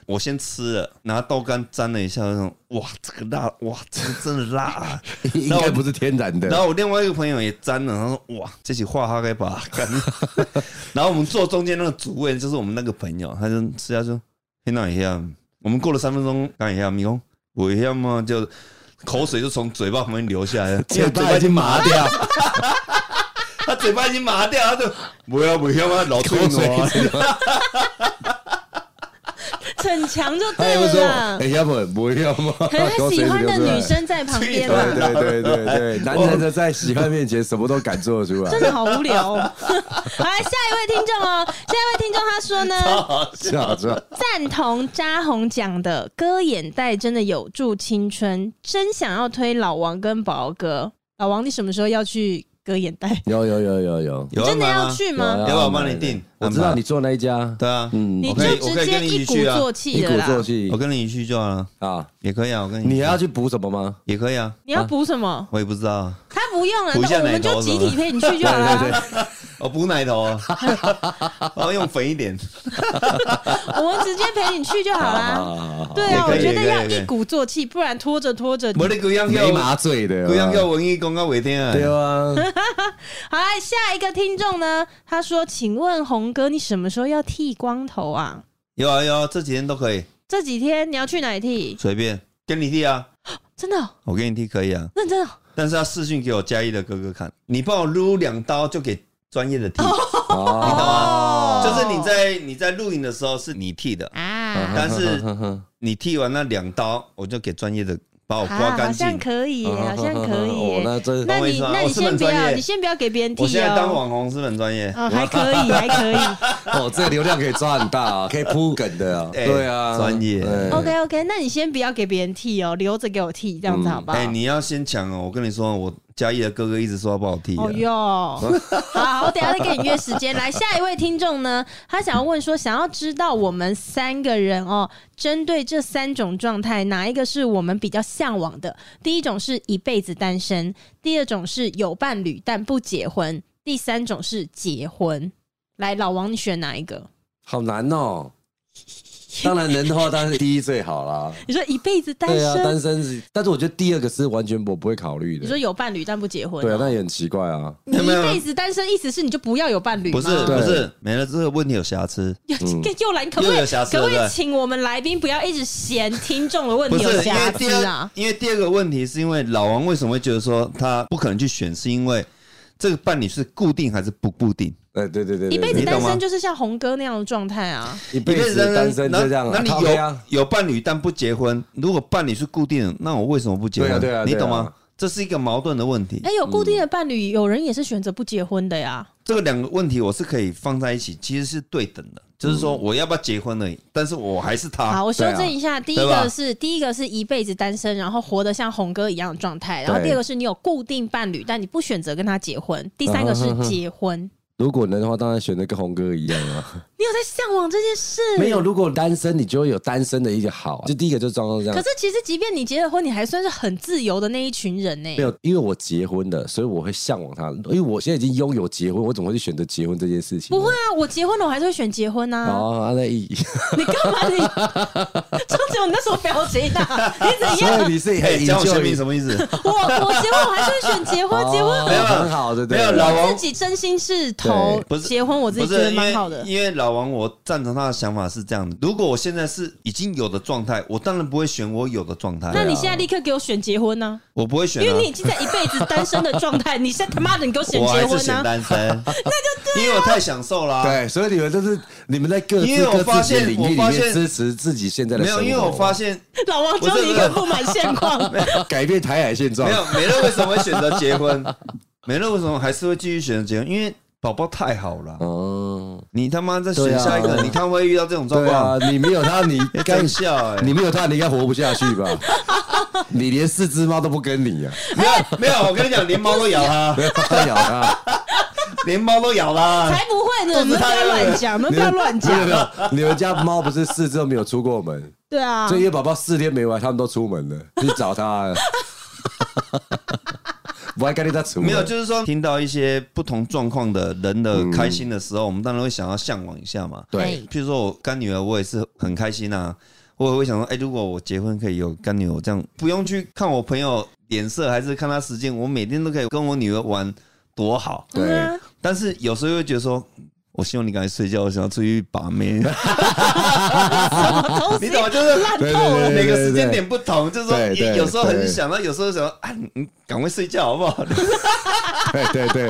[SPEAKER 3] 我先吃了，拿豆干沾了一下，那种哇，这个辣，哇，这个真的辣、啊。
[SPEAKER 2] 应该不是天然
[SPEAKER 3] 然
[SPEAKER 2] 的，
[SPEAKER 3] 后我另外一个朋友也沾了，他说：“哇，这起画哈该吧。干” 然后我们坐中间那个主位就是我们那个朋友，他就吃下说：“天哪一下。”我们过了三分钟，看一下迷宫，我一下嘛就口水就从嘴巴旁边流下来，因
[SPEAKER 2] 嘴
[SPEAKER 3] 为
[SPEAKER 2] 巴已经麻掉，
[SPEAKER 3] 他嘴巴已经麻掉，他就不要不要嘛，老
[SPEAKER 2] 口
[SPEAKER 3] 吹
[SPEAKER 2] 水
[SPEAKER 3] 我。
[SPEAKER 2] 一直流
[SPEAKER 1] 逞强就
[SPEAKER 2] 他
[SPEAKER 1] 对
[SPEAKER 2] 也会说，
[SPEAKER 1] 了
[SPEAKER 2] 哎，。要不不要吗？
[SPEAKER 3] 哎
[SPEAKER 1] 可能他喜欢的女生在旁边啊嘛，
[SPEAKER 3] 啊
[SPEAKER 2] 对对对对，男人的在喜欢面前什么都敢做出来
[SPEAKER 1] 真，的好无聊、哦。 好来，下一位听众哦，下一位听众他说 呢，
[SPEAKER 2] 是啊是啊，
[SPEAKER 1] 赞同扎红讲的，割眼袋真的有助青春，真想要推老王跟宝儿哥。老王，你什么时候要去割眼袋？
[SPEAKER 2] 有有有有有，
[SPEAKER 3] 有
[SPEAKER 1] 真的
[SPEAKER 3] 安排
[SPEAKER 1] 要
[SPEAKER 3] 吗
[SPEAKER 1] 去
[SPEAKER 2] 有
[SPEAKER 1] 吗？
[SPEAKER 2] 啊
[SPEAKER 3] 要不要我帮你订
[SPEAKER 2] 我知
[SPEAKER 3] 安
[SPEAKER 2] 道
[SPEAKER 3] 排
[SPEAKER 2] 你做那一家，
[SPEAKER 3] 对啊，
[SPEAKER 2] 嗯
[SPEAKER 1] 你
[SPEAKER 3] 我可以
[SPEAKER 1] 就直
[SPEAKER 3] 我可以跟
[SPEAKER 1] 接
[SPEAKER 3] 你
[SPEAKER 1] 一
[SPEAKER 3] 一
[SPEAKER 1] 鼓
[SPEAKER 3] 起去啊
[SPEAKER 1] 作气
[SPEAKER 2] 一
[SPEAKER 1] 了
[SPEAKER 2] 鼓
[SPEAKER 1] 啦
[SPEAKER 2] 作！气
[SPEAKER 3] 我跟你一起去就好了，
[SPEAKER 2] 啊！
[SPEAKER 3] 也可以啊，我跟你一起
[SPEAKER 2] 你
[SPEAKER 3] 去
[SPEAKER 2] 还要去补什么吗？
[SPEAKER 3] 也可以啊，
[SPEAKER 1] 你要补什么？
[SPEAKER 3] 我也不知道啊，
[SPEAKER 1] 他不用了，
[SPEAKER 3] 补一
[SPEAKER 1] 那
[SPEAKER 3] 下
[SPEAKER 1] 我们
[SPEAKER 3] 奶头
[SPEAKER 1] 就集
[SPEAKER 3] 什么
[SPEAKER 1] 体陪你去就好了。
[SPEAKER 3] 我补奶头 啊，然后用粉一 点。
[SPEAKER 1] 我们直接陪你去就好啦。
[SPEAKER 2] 啊，
[SPEAKER 1] 对啊，
[SPEAKER 3] 也可
[SPEAKER 1] 我
[SPEAKER 3] 以
[SPEAKER 1] 觉得
[SPEAKER 3] 也可以
[SPEAKER 1] 要
[SPEAKER 3] 也可以
[SPEAKER 1] 一鼓作气，不然拖着拖着。
[SPEAKER 3] 无你规样
[SPEAKER 2] 没
[SPEAKER 3] 叫
[SPEAKER 2] 麻醉的，
[SPEAKER 3] 规样叫文艺讲到话听啊。
[SPEAKER 2] 对啊，
[SPEAKER 1] 好来，下一个听众呢，他说：“请问红哥，你什么时候要剃光头啊？
[SPEAKER 3] 有啊有啊，这几天都可以
[SPEAKER 1] 这几天你要去哪里剃？
[SPEAKER 3] 随便跟你剃啊，
[SPEAKER 1] 真的哦
[SPEAKER 3] 我给你剃可以啊，
[SPEAKER 1] 认真哦
[SPEAKER 3] 但是要视讯给我哦嘉义的哥哥看，你帮我撸两刀就给专业的剃，
[SPEAKER 2] 哦，
[SPEAKER 3] 就是你在你在录影的时候是你剃的，
[SPEAKER 1] 啊，
[SPEAKER 3] 但 是
[SPEAKER 2] 哼哼
[SPEAKER 3] 你剃完那两刀，我就给专业的把我刮
[SPEAKER 1] 啊，好
[SPEAKER 3] 干
[SPEAKER 1] 像
[SPEAKER 3] 净。
[SPEAKER 1] 可以耶，好像可以
[SPEAKER 2] 哦，
[SPEAKER 1] 耶。
[SPEAKER 2] 那真
[SPEAKER 1] 那
[SPEAKER 3] 懂我意
[SPEAKER 1] 你
[SPEAKER 3] 思吗
[SPEAKER 1] 那
[SPEAKER 3] 我
[SPEAKER 1] 你
[SPEAKER 3] 是
[SPEAKER 1] 先
[SPEAKER 3] 很
[SPEAKER 1] 不
[SPEAKER 3] 专
[SPEAKER 1] 要，
[SPEAKER 3] 业
[SPEAKER 1] 你先不要给别人剃
[SPEAKER 3] 我现在当
[SPEAKER 1] 哦。
[SPEAKER 3] 网红是很专业，
[SPEAKER 1] 哦，还可以，还可以。
[SPEAKER 2] 哦，这流量可以抓很大啊，可以铺梗的啊，
[SPEAKER 3] 哎
[SPEAKER 2] 对啊，
[SPEAKER 3] 专业
[SPEAKER 2] 哎
[SPEAKER 1] OK OK，那你先不要给别人剃哦，留着给我剃，这样子好不好
[SPEAKER 3] 哎、？你要先讲哦！我跟你说，我嘉义的哥哥一直说他不好剃啊、
[SPEAKER 1] 哦哟， 好，我等一下再跟你约时间。来，下一位听众呢，他想要问说，想要知道我们三个人哦，针对这三种状态，哪一个是我们比较向往的？第一种是一辈子单身，第二种是有伴侣但不结婚，第三种是结婚。来，老王，你选哪一个？
[SPEAKER 2] 好难哦。当然人的话，当然是第一最好啦。
[SPEAKER 1] 你说一辈 子单
[SPEAKER 2] 对啊，
[SPEAKER 1] 身，
[SPEAKER 2] 单身是，但是我觉得第二个是完全我不会考虑
[SPEAKER 1] 你说
[SPEAKER 2] 的。
[SPEAKER 1] 有伴侣但不结婚、哦
[SPEAKER 2] 对啊，那也很奇怪啊。
[SPEAKER 1] 你
[SPEAKER 3] 没有
[SPEAKER 1] 一辈子单身，意思是你就不要有伴侣吗？
[SPEAKER 3] 不是
[SPEAKER 2] 对嗯
[SPEAKER 3] 不是，没了这个问题有瑕疵，
[SPEAKER 1] 又又来，可不可
[SPEAKER 3] 又
[SPEAKER 1] 以
[SPEAKER 3] 有瑕疵
[SPEAKER 1] 可不可
[SPEAKER 3] 对
[SPEAKER 1] 以
[SPEAKER 3] 不对
[SPEAKER 1] 请我们来宾不要一直嫌听众的问
[SPEAKER 3] 不
[SPEAKER 1] 题有
[SPEAKER 3] 是因
[SPEAKER 1] 瑕
[SPEAKER 3] 为第
[SPEAKER 1] 疵
[SPEAKER 3] 二
[SPEAKER 1] 啊？，
[SPEAKER 3] 因为第二个问题是因为老王为什么会觉得说他不可能去选，是因为这个伴侣是固定还是不固定？
[SPEAKER 2] 哎，对对对，对
[SPEAKER 1] 一辈子
[SPEAKER 2] 对
[SPEAKER 1] 单
[SPEAKER 3] 你懂
[SPEAKER 1] 身
[SPEAKER 3] 吗
[SPEAKER 1] 就是像红哥那样的状态啊！
[SPEAKER 2] 一辈子单身就这样啊
[SPEAKER 3] 那，那你
[SPEAKER 2] 靠背啊
[SPEAKER 3] 有有伴侣但不结婚，如果伴侣是固定的，那我为什么不结
[SPEAKER 2] 对啊
[SPEAKER 3] 婚？
[SPEAKER 2] 对啊对啊
[SPEAKER 3] 你懂吗？这是一个矛盾的问题。
[SPEAKER 1] 哎，有固定的伴侣，有人也是选择不结婚的呀。
[SPEAKER 3] 这个两个问题我是可以放在一起，其实是对等的，就是说我要不要结婚而已，但是我还是他
[SPEAKER 1] 嗯好，。我修正一下，第一
[SPEAKER 3] 啊对吧
[SPEAKER 1] 个是第一个是一辈子单身，然后活得像红哥一样的状态，然后
[SPEAKER 2] 对
[SPEAKER 1] 第二个是你有固定伴侣，但你不选择跟他结婚，第三
[SPEAKER 3] 嗯
[SPEAKER 1] 个是结婚。
[SPEAKER 2] 如果能的话，当然选的跟红哥一样啊。
[SPEAKER 1] 你有在向往这件事？
[SPEAKER 2] 没有，。如果单身，你就会有单身的一个好啊。就第一个就装到这
[SPEAKER 1] 可
[SPEAKER 2] 样
[SPEAKER 1] 是，其实即便你结了婚，你还算是很自由的那一群人呢、
[SPEAKER 2] 没有，因为我结婚了，所以我会向往他。因为我现在已经拥有结婚，我怎么会去选择结婚这件事情
[SPEAKER 1] 不
[SPEAKER 2] 呢？
[SPEAKER 1] 会啊，我结婚了，我还是会选结婚啊。
[SPEAKER 2] 哦，啊那一，
[SPEAKER 1] 你干嘛你？周杰伦那时候表情啊，你怎
[SPEAKER 2] 所
[SPEAKER 1] 样
[SPEAKER 2] 以？你是
[SPEAKER 3] 哎，
[SPEAKER 2] 很
[SPEAKER 3] 讲我全名
[SPEAKER 2] enjoy
[SPEAKER 3] 什么意思？
[SPEAKER 1] 我我结婚我还是会选结婚，结
[SPEAKER 2] 哦
[SPEAKER 1] 婚
[SPEAKER 2] 很好，对不对？
[SPEAKER 3] 没有老
[SPEAKER 1] 我
[SPEAKER 3] 王
[SPEAKER 1] 自己真心是投
[SPEAKER 2] 对
[SPEAKER 3] 不是
[SPEAKER 1] 结婚，我自己
[SPEAKER 3] 不
[SPEAKER 1] 觉
[SPEAKER 3] 是
[SPEAKER 1] 得
[SPEAKER 3] 因
[SPEAKER 1] 蛮
[SPEAKER 3] 为
[SPEAKER 1] 好的。
[SPEAKER 3] 因为老王，我赞成他的想法是这样的：如果我现在是已经有的状态，我当然不会选我有的状态，啊
[SPEAKER 1] 那你现在立刻给我选结婚呢、
[SPEAKER 3] 我不会选、啊，
[SPEAKER 1] 因为你已经在一辈子单身的状态，你现在他妈的你给我选
[SPEAKER 3] 我
[SPEAKER 1] 结
[SPEAKER 3] 还是
[SPEAKER 1] 婚啊呢、
[SPEAKER 3] 选单身， 那就对、因啊为我太享受
[SPEAKER 1] 啊
[SPEAKER 3] 啦、
[SPEAKER 2] 对，所以你们就是你们在各自
[SPEAKER 3] 啊因为我
[SPEAKER 2] 各
[SPEAKER 3] 发
[SPEAKER 2] 自的
[SPEAKER 3] 现
[SPEAKER 2] 领域里
[SPEAKER 3] 我发
[SPEAKER 2] 面
[SPEAKER 3] 现
[SPEAKER 2] 支持自己现在的
[SPEAKER 3] 没
[SPEAKER 2] 生活。
[SPEAKER 3] 有，因为我发现
[SPEAKER 1] 老王只
[SPEAKER 3] 我
[SPEAKER 1] 有
[SPEAKER 3] 这
[SPEAKER 1] 你一个人不满现况，
[SPEAKER 2] 改变台海现状
[SPEAKER 3] 没，有美乐为什么会选择结婚？ 美乐为什么还是会继续选择结婚？因为宝宝太好了，啊
[SPEAKER 2] 哦，
[SPEAKER 3] 你他妈再
[SPEAKER 2] 对
[SPEAKER 3] 选
[SPEAKER 2] 啊
[SPEAKER 3] 下一个，你他妈会遇到这种状
[SPEAKER 2] 对啊
[SPEAKER 3] 况，，
[SPEAKER 2] 你没有他，你该
[SPEAKER 3] 干笑哎、
[SPEAKER 2] 你没有他，你应该活不下去 吧？你连四只猫都不跟你啊，哎
[SPEAKER 3] 没有哎没有，我跟你讲，连猫都咬 他，
[SPEAKER 2] 太咬 他！
[SPEAKER 3] 连猫都咬他。
[SPEAKER 1] 才不会呢！
[SPEAKER 3] 肚
[SPEAKER 1] 你们
[SPEAKER 3] 子
[SPEAKER 1] 不
[SPEAKER 3] 太
[SPEAKER 1] 要
[SPEAKER 3] 饿了
[SPEAKER 1] 乱讲，你们
[SPEAKER 2] 你
[SPEAKER 1] 不要乱
[SPEAKER 2] 没有没
[SPEAKER 1] 讲。
[SPEAKER 2] 有，你们家猫不是四只都没有出过门，
[SPEAKER 1] 对啊
[SPEAKER 2] 所，以宝宝四天没玩，他们都出门 了，去找他 了。我还跟你在出门，
[SPEAKER 3] 没有，就是说听到一些不同状况的人的开心的时候，我们当然会想要向往一下嘛。
[SPEAKER 2] 对，
[SPEAKER 3] 譬如说我干女儿，我也是很开心啊。我也会想说，哎、如果我结婚可以有干女儿，我这样不用去看我朋友脸色，还是看她时间，我每天都可以跟我女儿玩，多好。
[SPEAKER 2] 对
[SPEAKER 1] 嗯啊
[SPEAKER 3] 但是有时候又会觉得说，我希望你赶快睡觉，我想要出去把 妹。
[SPEAKER 1] 啊
[SPEAKER 3] 你懂吗？就是烂
[SPEAKER 2] 对对对对
[SPEAKER 3] 每个时间点不同，就是说
[SPEAKER 2] 对对
[SPEAKER 3] 有时候
[SPEAKER 2] 对
[SPEAKER 3] 很想到，有时候想到，啊，你赶快睡觉好不好？
[SPEAKER 2] 对对对，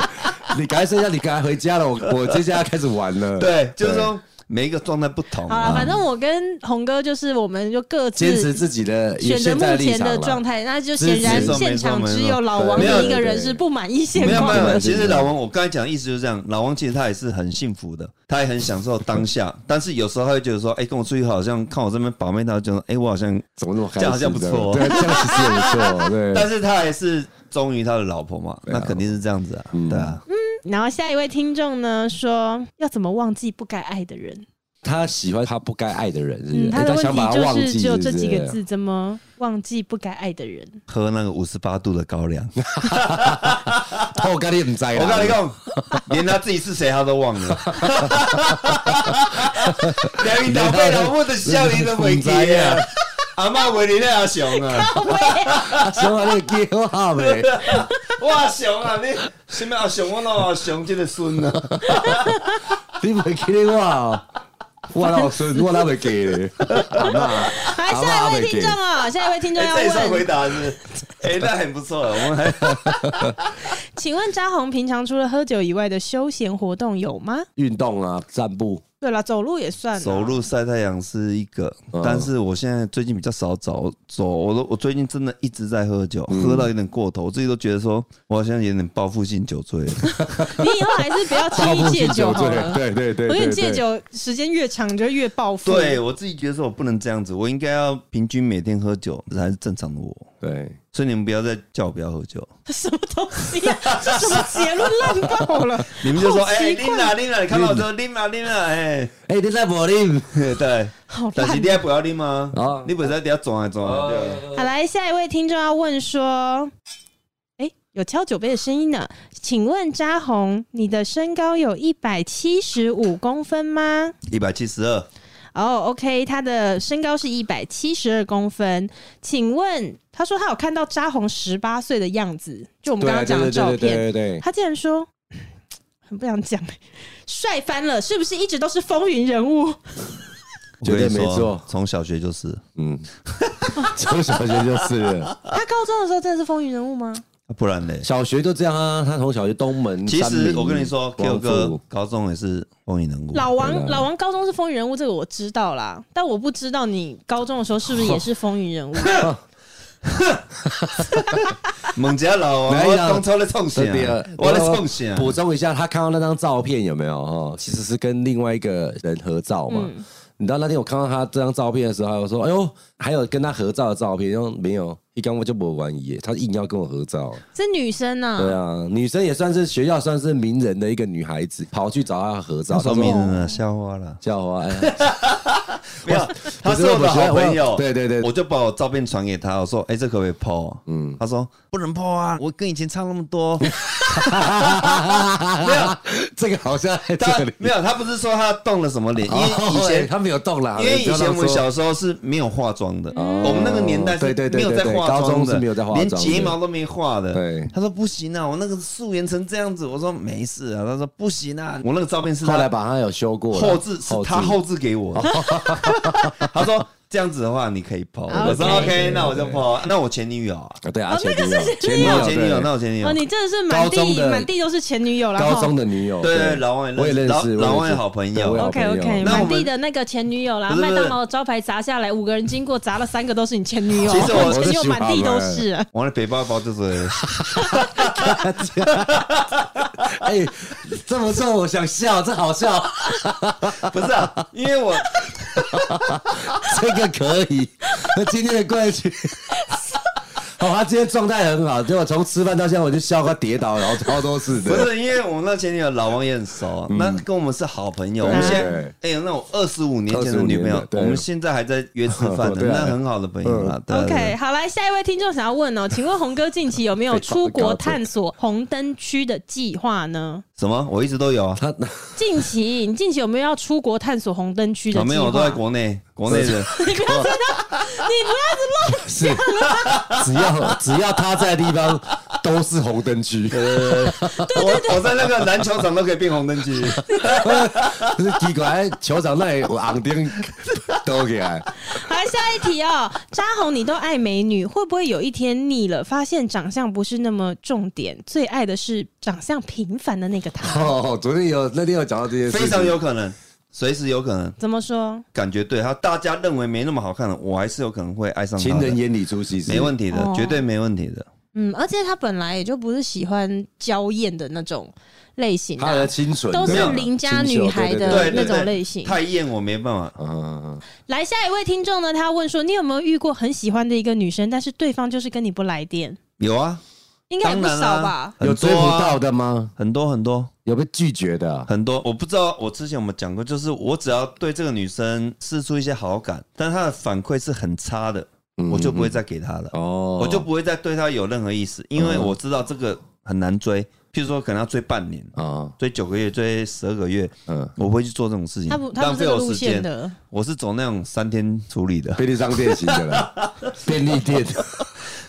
[SPEAKER 2] 你赶快睡觉，你赶快回家了，我我接下来开始玩了。
[SPEAKER 3] 对，就是说每一个状态不同
[SPEAKER 1] 好了，
[SPEAKER 3] 啊。
[SPEAKER 1] 反正我跟红哥就是，我们就各自
[SPEAKER 2] 坚持自己的
[SPEAKER 1] 选择
[SPEAKER 2] 现在
[SPEAKER 1] 目
[SPEAKER 2] 立
[SPEAKER 1] 前
[SPEAKER 2] 场
[SPEAKER 1] 的
[SPEAKER 2] 啦
[SPEAKER 1] 状态，那就
[SPEAKER 2] 支
[SPEAKER 1] 显然
[SPEAKER 3] 没错
[SPEAKER 1] 现
[SPEAKER 3] 没错
[SPEAKER 1] 场
[SPEAKER 3] 没错
[SPEAKER 1] 只有老王
[SPEAKER 2] 对
[SPEAKER 1] 的
[SPEAKER 2] 对
[SPEAKER 1] 一个
[SPEAKER 2] 对
[SPEAKER 1] 人
[SPEAKER 2] 对
[SPEAKER 1] 是不满意现
[SPEAKER 3] 没有
[SPEAKER 1] 况
[SPEAKER 3] 没
[SPEAKER 1] 的。
[SPEAKER 3] 有，其实老王，我刚才讲的意思就是这样。老王其实他也是很幸福的，他也很享受当下，但是有时候他会觉得说，哎，跟我出去好像看我这边把妹，他就觉得，哎，我好像，
[SPEAKER 2] 怎么那么开心？
[SPEAKER 3] 这样好像不错嗯哦
[SPEAKER 2] 对，这样其实也不错。对，
[SPEAKER 3] 但是他还是忠于他的老婆嘛，那肯定是这样子啊，对啊，
[SPEAKER 1] 然后下一位听众呢说，要怎么忘记不该爱的人？
[SPEAKER 2] 他喜欢他不该爱的人，是不是
[SPEAKER 1] 嗯，他
[SPEAKER 2] 哎
[SPEAKER 1] 的
[SPEAKER 2] 他
[SPEAKER 1] 问
[SPEAKER 2] 想把
[SPEAKER 1] 题
[SPEAKER 2] 他忘
[SPEAKER 1] 就是
[SPEAKER 2] 记，
[SPEAKER 1] 只有
[SPEAKER 2] 是
[SPEAKER 1] 这
[SPEAKER 2] 不
[SPEAKER 1] 几
[SPEAKER 2] 是
[SPEAKER 1] 个。字，怎么忘记不该爱的人？
[SPEAKER 3] 喝那个五十八度的高粱，
[SPEAKER 2] 哦我跟你唔知啦，
[SPEAKER 3] 我跟你讲，连他自己是谁他都忘了。连你老辈老母的笑脸都未记啊！阿妈为你那阿熊啊，
[SPEAKER 2] 小马你叫好未？
[SPEAKER 3] 我阿熊啊，你什么阿熊？我那阿熊这个孙啊，
[SPEAKER 2] 你唔记得我哦？我老孙，我那没给嘞，阿妈，
[SPEAKER 4] 来，下一位听众哦，下一位听众
[SPEAKER 1] 啊
[SPEAKER 4] 要
[SPEAKER 3] 这也算哎回
[SPEAKER 4] 问，
[SPEAKER 3] 答是不 是？哎，那很不错，我们还
[SPEAKER 1] 请问扎红平常除了喝酒以外的休闲活动有吗？
[SPEAKER 2] 运动啊， 散步，
[SPEAKER 1] 对了，走路也算啊
[SPEAKER 3] 走路晒太阳是一个，
[SPEAKER 2] 嗯
[SPEAKER 3] 但是我现在最近比较少走走，我都我最近真的一直在喝酒，喝到有点过头，我自己都觉得说我好像有点报复性酒 醉了。
[SPEAKER 1] 你以后还是不要轻易戒酒好了。
[SPEAKER 2] 对对对，
[SPEAKER 1] 我跟
[SPEAKER 2] 对
[SPEAKER 1] 你戒，酒时间越长，你就越暴富。
[SPEAKER 3] 对我自己觉得说我不能这样子，我应该要平均每天喝酒才是正常的我。
[SPEAKER 2] 对，
[SPEAKER 3] 所以你们不要再叫我不要喝酒，
[SPEAKER 1] 什么东西啊？这什么结论烂爆 了？
[SPEAKER 3] 你们就说
[SPEAKER 1] 好
[SPEAKER 3] 哎，
[SPEAKER 1] 奇怪
[SPEAKER 3] 拎啊拎啊，你看到我说拎啊拎啊，哎，
[SPEAKER 2] 哎，你在柏林，
[SPEAKER 3] 对，
[SPEAKER 1] 好
[SPEAKER 3] 但是
[SPEAKER 1] 烂
[SPEAKER 3] 你。也不要拎吗
[SPEAKER 2] 哦？
[SPEAKER 3] 你不是在底下转来转来对吧。
[SPEAKER 1] 好，来下一位听众要问说，哎、有敲酒杯的声音呢？请问扎红，你的身高有一百七十五公分吗？
[SPEAKER 3] 一百七十二，
[SPEAKER 1] 哦、o k 他的身高是一百七十二公分。请问，他说他有看到扎红十八岁的样子，就我们
[SPEAKER 2] 对
[SPEAKER 1] 刚刚
[SPEAKER 2] 啊
[SPEAKER 1] 讲的
[SPEAKER 2] 对对
[SPEAKER 1] 照
[SPEAKER 2] 对
[SPEAKER 1] 片，
[SPEAKER 2] 对对对，
[SPEAKER 1] 他竟然说。 很不想讲，帅翻了，是不是一直都是风云人物？
[SPEAKER 2] 绝对
[SPEAKER 3] 我跟你说
[SPEAKER 2] 没错
[SPEAKER 3] 从小学就是。
[SPEAKER 2] 嗯， 从小学就是 了，
[SPEAKER 1] 他高中的时候真的是风云人物吗？
[SPEAKER 3] 啊不然嘞，
[SPEAKER 2] 小学就这样啊，他从小学东门，
[SPEAKER 3] 其
[SPEAKER 2] 三
[SPEAKER 3] 实
[SPEAKER 2] 民
[SPEAKER 3] 我跟你说，Q
[SPEAKER 2] 光
[SPEAKER 3] 哥
[SPEAKER 2] 复
[SPEAKER 3] 高中也是风云人物。
[SPEAKER 1] 老
[SPEAKER 2] 对
[SPEAKER 1] 王，
[SPEAKER 2] 啦
[SPEAKER 1] 老王高中是风云人物，这个我知道啦，但我不知道你高中的时候 是不是也 是风云人物？
[SPEAKER 3] 孟家老王，
[SPEAKER 2] 没
[SPEAKER 3] 我
[SPEAKER 2] 有
[SPEAKER 3] 当初在创啥
[SPEAKER 2] 真的？
[SPEAKER 3] 啊我在创啥？
[SPEAKER 2] 啊补充一下，他看到那张照片有没有？哈，其实是跟另外一个人合照嘛。你知道那天我看到他这张照片的时候，我说：“哎呦，还有跟他合照的照片。”然后没有，一刚我就不玩耶，他硬要跟我合照。
[SPEAKER 3] 啊
[SPEAKER 1] 是女生呐、
[SPEAKER 2] 对啊，女生也算是学校算是名人的一个女孩子，跑去找他合照。
[SPEAKER 3] 我说
[SPEAKER 2] 他
[SPEAKER 3] 名人了，笑话了。
[SPEAKER 2] 叫我，哎呀，
[SPEAKER 3] 没有，他是
[SPEAKER 2] 我
[SPEAKER 3] 我的好朋友。
[SPEAKER 2] 我对对对
[SPEAKER 3] 我就把我照片传给他，我说：“哎，这可不可以 PO？” 嗯，他说：“不能 PO 啊，我跟以前差那么 多。
[SPEAKER 2] 没有， 这个好像在
[SPEAKER 3] 他
[SPEAKER 2] 这里”
[SPEAKER 3] 没有，他不是说他动了什么脸，因为
[SPEAKER 2] 哦
[SPEAKER 3] 以前
[SPEAKER 2] 哎他没有动啦，
[SPEAKER 3] 因为
[SPEAKER 2] 你
[SPEAKER 3] 以
[SPEAKER 2] 不要
[SPEAKER 3] 前我们
[SPEAKER 2] 这样说
[SPEAKER 3] 小时候是没有化妆的，我们那个年代是
[SPEAKER 2] 哦对对
[SPEAKER 3] 没
[SPEAKER 2] 对
[SPEAKER 3] 有在
[SPEAKER 2] 对对
[SPEAKER 3] 化妆
[SPEAKER 2] 高
[SPEAKER 3] 的，
[SPEAKER 2] 中是没有在化妆
[SPEAKER 3] 连
[SPEAKER 2] 的
[SPEAKER 3] 睫毛都没画的。
[SPEAKER 2] 对
[SPEAKER 3] 他说不行啊，我那个素颜成这样子，我说没事啊，他说不行啊，我那个照片是他
[SPEAKER 2] 后来把他有修过啦，
[SPEAKER 3] 后置是
[SPEAKER 2] 后置
[SPEAKER 3] 他后置给我 的，他说这样子的话你可以抛，我说 OK，那我就抛，那我前女友啊，
[SPEAKER 2] 啊对啊，前女友，前
[SPEAKER 3] 那我前
[SPEAKER 2] 前
[SPEAKER 3] 女友，
[SPEAKER 2] 对
[SPEAKER 3] 那我前女友
[SPEAKER 1] 哦，，你真的是满
[SPEAKER 2] 高中
[SPEAKER 1] 地
[SPEAKER 2] 的
[SPEAKER 1] 满地都是前女友啦。
[SPEAKER 2] 高中
[SPEAKER 1] 哈
[SPEAKER 2] 的女友，
[SPEAKER 3] 对对老王也认识
[SPEAKER 2] 我也认识，
[SPEAKER 3] 老老王
[SPEAKER 2] 我也
[SPEAKER 3] 也好朋友
[SPEAKER 2] 对我也好
[SPEAKER 1] OK
[SPEAKER 2] 朋友
[SPEAKER 1] OK，
[SPEAKER 3] 那我
[SPEAKER 1] 满
[SPEAKER 3] 们
[SPEAKER 1] 地的那个前女友啦，
[SPEAKER 3] 不是不
[SPEAKER 1] 麦
[SPEAKER 3] 是
[SPEAKER 1] 当劳的招牌砸下来，五个人经过砸了三个都是你前女友，
[SPEAKER 3] 其实我
[SPEAKER 1] 前女友满地都是啊。
[SPEAKER 3] 我的背包 包就是，
[SPEAKER 2] 哎，这么说我想笑，这好笑，
[SPEAKER 3] 不是啊，因为我
[SPEAKER 2] 这个可以。那今天的冠军， 好，他今天状态很好，结果从吃饭到现在，我就笑他跌倒，然后超多次
[SPEAKER 3] 不
[SPEAKER 2] 的。
[SPEAKER 3] 是因为我们那前女友老王也很熟，啊那跟我们是好朋友，我们
[SPEAKER 2] 嗯对
[SPEAKER 3] 现在哎，那我二十五年前的
[SPEAKER 2] 25
[SPEAKER 3] 女朋友
[SPEAKER 2] 年的，对
[SPEAKER 3] 我们现在还在约吃 饭的，
[SPEAKER 2] 对啊嗯
[SPEAKER 3] 那很好的朋友啊。对啊对 啊
[SPEAKER 1] OK，好来，下一位听众想要问哦，请问红哥近期有没有出国探索红灯区的计划呢？
[SPEAKER 3] 什么？我一直都有啊，
[SPEAKER 2] 他
[SPEAKER 1] 近期你近期有没有要出国探索红灯区的
[SPEAKER 3] 啊
[SPEAKER 1] 计划？
[SPEAKER 3] 没有，我都在国内，国内 的。
[SPEAKER 2] 是 只要只要他在的地方都是红灯区，
[SPEAKER 3] 我我在那个篮球场都可以变红灯 区，
[SPEAKER 2] 就是 奇怪，球场那里我红灯都给来。
[SPEAKER 1] 好，下一题哦，扎红，你都爱美女，会不会有一天腻了，发现长相不是那么重点，最爱的是长相平凡的那个 她？
[SPEAKER 2] 哦，昨天有那天有讲到这些事情，
[SPEAKER 3] 非常有可能，随时有可能，
[SPEAKER 1] 怎么说？
[SPEAKER 3] 感觉对他，大家认为没那么好看的，我还是有可能会爱上他的
[SPEAKER 2] 情人眼里出西施，
[SPEAKER 3] 没问题的，
[SPEAKER 1] 哦
[SPEAKER 3] 绝对没问题的。
[SPEAKER 1] 嗯，而且她本来也就不是喜欢娇艳的那种类型啊
[SPEAKER 2] 他的
[SPEAKER 1] 的。
[SPEAKER 2] 清纯
[SPEAKER 1] 都
[SPEAKER 2] 对
[SPEAKER 1] 是
[SPEAKER 2] 啊
[SPEAKER 1] 邻家
[SPEAKER 2] 清秀
[SPEAKER 1] 女孩
[SPEAKER 2] 对对
[SPEAKER 1] 的
[SPEAKER 3] 对
[SPEAKER 2] 对
[SPEAKER 3] 对
[SPEAKER 1] 那
[SPEAKER 3] 对，
[SPEAKER 1] 种类型
[SPEAKER 3] 太艳我没办法。
[SPEAKER 2] 嗯，
[SPEAKER 1] 来，下一位听众呢，他问说，你有没有遇过很喜欢的一个女生，但是对方就是跟你不来电？
[SPEAKER 3] 有啊，
[SPEAKER 1] 应该也不
[SPEAKER 3] 当然啦
[SPEAKER 1] 少吧？
[SPEAKER 2] 有
[SPEAKER 3] 很多
[SPEAKER 2] 追
[SPEAKER 3] 啊
[SPEAKER 2] 不到的吗？
[SPEAKER 3] 很多很多
[SPEAKER 2] 有被拒绝的啊？
[SPEAKER 3] 很多，我不知道我之前有没有讲过，就是我只要对这个女生试出一些好感，但她的反馈是很差的，我就不会再给她了，
[SPEAKER 2] 嗯哦
[SPEAKER 3] 我就不会再对她有任何意思，因为我知道这个很难追，譬如说可能要追半年，
[SPEAKER 2] 啊，
[SPEAKER 3] 追九个月，追十二个月，
[SPEAKER 2] 嗯，
[SPEAKER 3] 我不会去做这种事情
[SPEAKER 1] 他不，，他
[SPEAKER 3] 浪
[SPEAKER 1] 不是
[SPEAKER 3] 费
[SPEAKER 1] 这个
[SPEAKER 3] 我
[SPEAKER 1] 路
[SPEAKER 3] 时
[SPEAKER 1] 线
[SPEAKER 3] 间。
[SPEAKER 1] 的。
[SPEAKER 3] 我是走那种三天处理的，
[SPEAKER 2] 便利商店型的啦， 便利店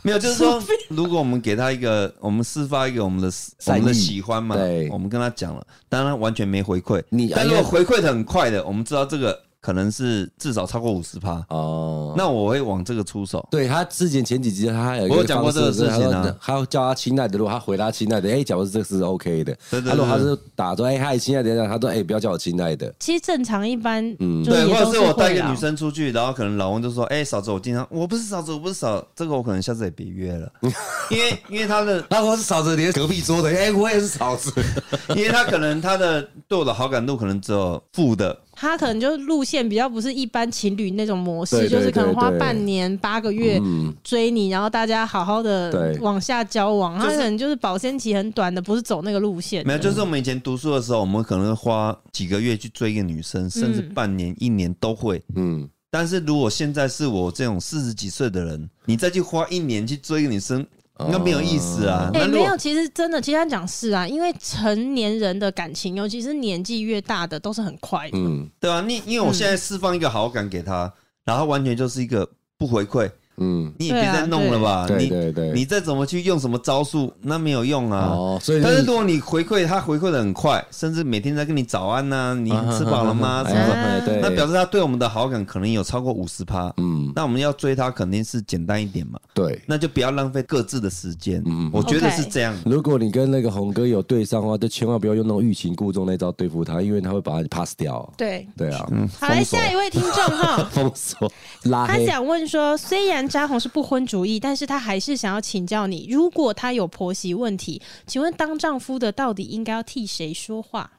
[SPEAKER 3] 没有，就是说，如果我们给他一个，我们示发一个我们的我
[SPEAKER 2] 意
[SPEAKER 3] 们的喜欢嘛
[SPEAKER 2] 对，
[SPEAKER 3] 我们跟他讲了，但他完全没回馈。
[SPEAKER 2] 你
[SPEAKER 3] 但如
[SPEAKER 2] 哎
[SPEAKER 3] 果
[SPEAKER 2] 呀
[SPEAKER 3] 回馈的很快的，我们知道这个可能是至少超过五十趴，
[SPEAKER 2] 哦。
[SPEAKER 3] 那我会往这个出手。
[SPEAKER 2] 对他之前前几集他有一
[SPEAKER 3] 我有
[SPEAKER 2] 个
[SPEAKER 3] 讲过
[SPEAKER 2] 方式
[SPEAKER 3] 这个事情啊嗯
[SPEAKER 2] 是他说他叫他亲爱的，如果他回他亲爱的，哎，假如是这个是 OK 的，
[SPEAKER 3] 对对对
[SPEAKER 2] 他如果他是打说哎嗨亲爱的，他说哎不要叫我亲爱的，
[SPEAKER 1] 其实正常一般，
[SPEAKER 2] 嗯
[SPEAKER 1] 就
[SPEAKER 3] 对，
[SPEAKER 1] 也
[SPEAKER 3] 或
[SPEAKER 1] 都
[SPEAKER 3] 者
[SPEAKER 1] 是
[SPEAKER 3] 是我带一
[SPEAKER 1] 会
[SPEAKER 3] 个
[SPEAKER 1] 啦
[SPEAKER 3] 女，生出去，然后可能老翁就说：“哎、嫂子，我经常我不是嫂子，我不是嫂，这个我可能下次也别约了， 因为因为他的，
[SPEAKER 2] 那我是嫂子，连 隔壁桌的，哎我也是嫂子，
[SPEAKER 3] 因为他可能他的对我的好感度可能只有负的，
[SPEAKER 1] 他可能就路线比较不是一般情侣那种模
[SPEAKER 2] 对
[SPEAKER 1] 式，
[SPEAKER 2] 对
[SPEAKER 1] 就是可能花
[SPEAKER 2] 对对
[SPEAKER 1] 半年八个月
[SPEAKER 2] 嗯
[SPEAKER 1] 追你，然后大家好好的
[SPEAKER 2] 对
[SPEAKER 1] 往下交往。他
[SPEAKER 3] 就是
[SPEAKER 1] 可能就是保鲜期很短的，不是走那个路线的。
[SPEAKER 3] 没有，就是我们以前读书的时候，我们可能会花几个月去追一个女生，甚至半年、一年都会。
[SPEAKER 2] 嗯，
[SPEAKER 3] 但是如果现在是我这种四十几岁的人，你再去花一年去追一个女生，那没有意思啊。
[SPEAKER 2] 哦
[SPEAKER 1] 哎、
[SPEAKER 3] 那如
[SPEAKER 1] 没
[SPEAKER 3] 果
[SPEAKER 1] 有，其实真的，其实他讲是啊，因为成年人的感情，尤其是年纪越大的，都是很快的。
[SPEAKER 2] 嗯
[SPEAKER 3] 对啊，你因为我现在释放一个好感给他，然后完全就是一个不回馈，
[SPEAKER 2] 嗯，
[SPEAKER 3] 你也别再弄了吧。
[SPEAKER 2] 对
[SPEAKER 3] 啊你
[SPEAKER 2] 对对，
[SPEAKER 3] 你再怎么去用什么招数，那没有用啊。
[SPEAKER 2] 哦，所以
[SPEAKER 3] 但是
[SPEAKER 2] 你
[SPEAKER 3] 如果你回馈他回馈的很快，甚至每天在跟你早安呐、你吃饱了吗？什
[SPEAKER 2] 哎
[SPEAKER 3] 么什么
[SPEAKER 2] 哎对，
[SPEAKER 3] 那表示他对我们的好感可能有超过五十趴。
[SPEAKER 2] 嗯，
[SPEAKER 3] 那我们要追他肯定是简单一点嘛，
[SPEAKER 2] 对。
[SPEAKER 3] 那就不要浪费各自的时间。
[SPEAKER 2] 嗯
[SPEAKER 3] 我觉得
[SPEAKER 1] OK
[SPEAKER 3] 是这样。
[SPEAKER 2] 如果你跟那个红哥有对上的话，就千万不要用那种欲擒故纵那招对付他，因为他会把你 pass 掉。
[SPEAKER 1] 对，
[SPEAKER 2] 对啊，
[SPEAKER 1] 好来
[SPEAKER 2] 封锁。
[SPEAKER 1] 下一位听众哈
[SPEAKER 2] 封锁拉
[SPEAKER 1] 他
[SPEAKER 2] 黑。
[SPEAKER 1] 想问说，虽然扎红是不婚主义，但是他还是想要请教你，如果他有婆媳问题，请问当丈夫的到底应该要替谁说话？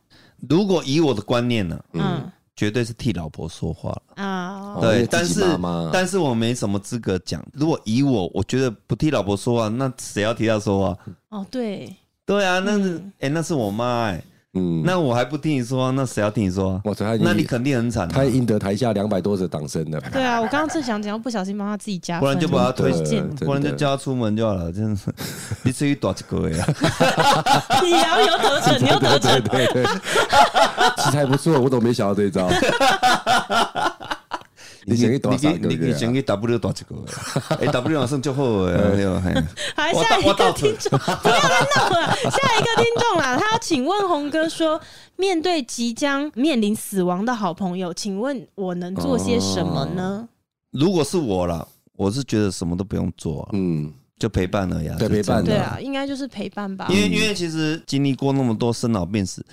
[SPEAKER 3] 如果以我的观念呢、
[SPEAKER 1] 嗯
[SPEAKER 3] 绝对是替老婆说话了。
[SPEAKER 1] 啊，
[SPEAKER 2] 哦因
[SPEAKER 3] 对
[SPEAKER 2] 为，
[SPEAKER 3] 但
[SPEAKER 2] 自己
[SPEAKER 3] 是
[SPEAKER 2] 妈妈
[SPEAKER 3] 但是我没什么资格讲。如果以我，我觉得不替老婆说话，那谁要替她说话？
[SPEAKER 1] 哦，对，
[SPEAKER 3] 对啊，那是哎、那是我妈哎、
[SPEAKER 2] 嗯，
[SPEAKER 3] 那我还不听你说话，那谁要听你说话？
[SPEAKER 2] 哇塞，他已经
[SPEAKER 3] 那你肯定很惨、啊，
[SPEAKER 2] 他赢得台下两百多则掌声了。
[SPEAKER 1] 对啊，我刚刚正想讲，不小心帮他自己加分，
[SPEAKER 3] 不然就把他推
[SPEAKER 2] 真的
[SPEAKER 3] 荐，
[SPEAKER 2] 真的
[SPEAKER 3] 不然就叫他出门就好了。真的 是，你至于多几个呀？
[SPEAKER 1] 你要有得逞，你要得逞
[SPEAKER 2] 对对对，其实还不错，我怎么没想到这一 招？你想去多少哎
[SPEAKER 3] 你
[SPEAKER 2] 个
[SPEAKER 3] 你
[SPEAKER 2] 月、
[SPEAKER 3] 想
[SPEAKER 2] 啊？
[SPEAKER 3] 去 W 多几个月？哎，W 好像就好 诶，对吧？嘿
[SPEAKER 1] 好，
[SPEAKER 3] 我
[SPEAKER 1] 下
[SPEAKER 3] 倒
[SPEAKER 1] 一
[SPEAKER 3] 我
[SPEAKER 1] 个
[SPEAKER 3] 倒
[SPEAKER 1] 听众，不要再闹了。下一个听众啦，他要请问红哥说，面对即将面临死亡的好朋友，请问我能做些什么呢？
[SPEAKER 3] 如果是我啦，我是觉得什么都不用做啊，
[SPEAKER 2] 嗯，
[SPEAKER 3] 就陪伴而已啊。
[SPEAKER 2] 对
[SPEAKER 3] 是
[SPEAKER 2] 陪伴
[SPEAKER 3] 真
[SPEAKER 1] 对
[SPEAKER 3] 的
[SPEAKER 1] 啊，应该就是陪伴吧。
[SPEAKER 3] 因为因为其实经历过那么多生老病死，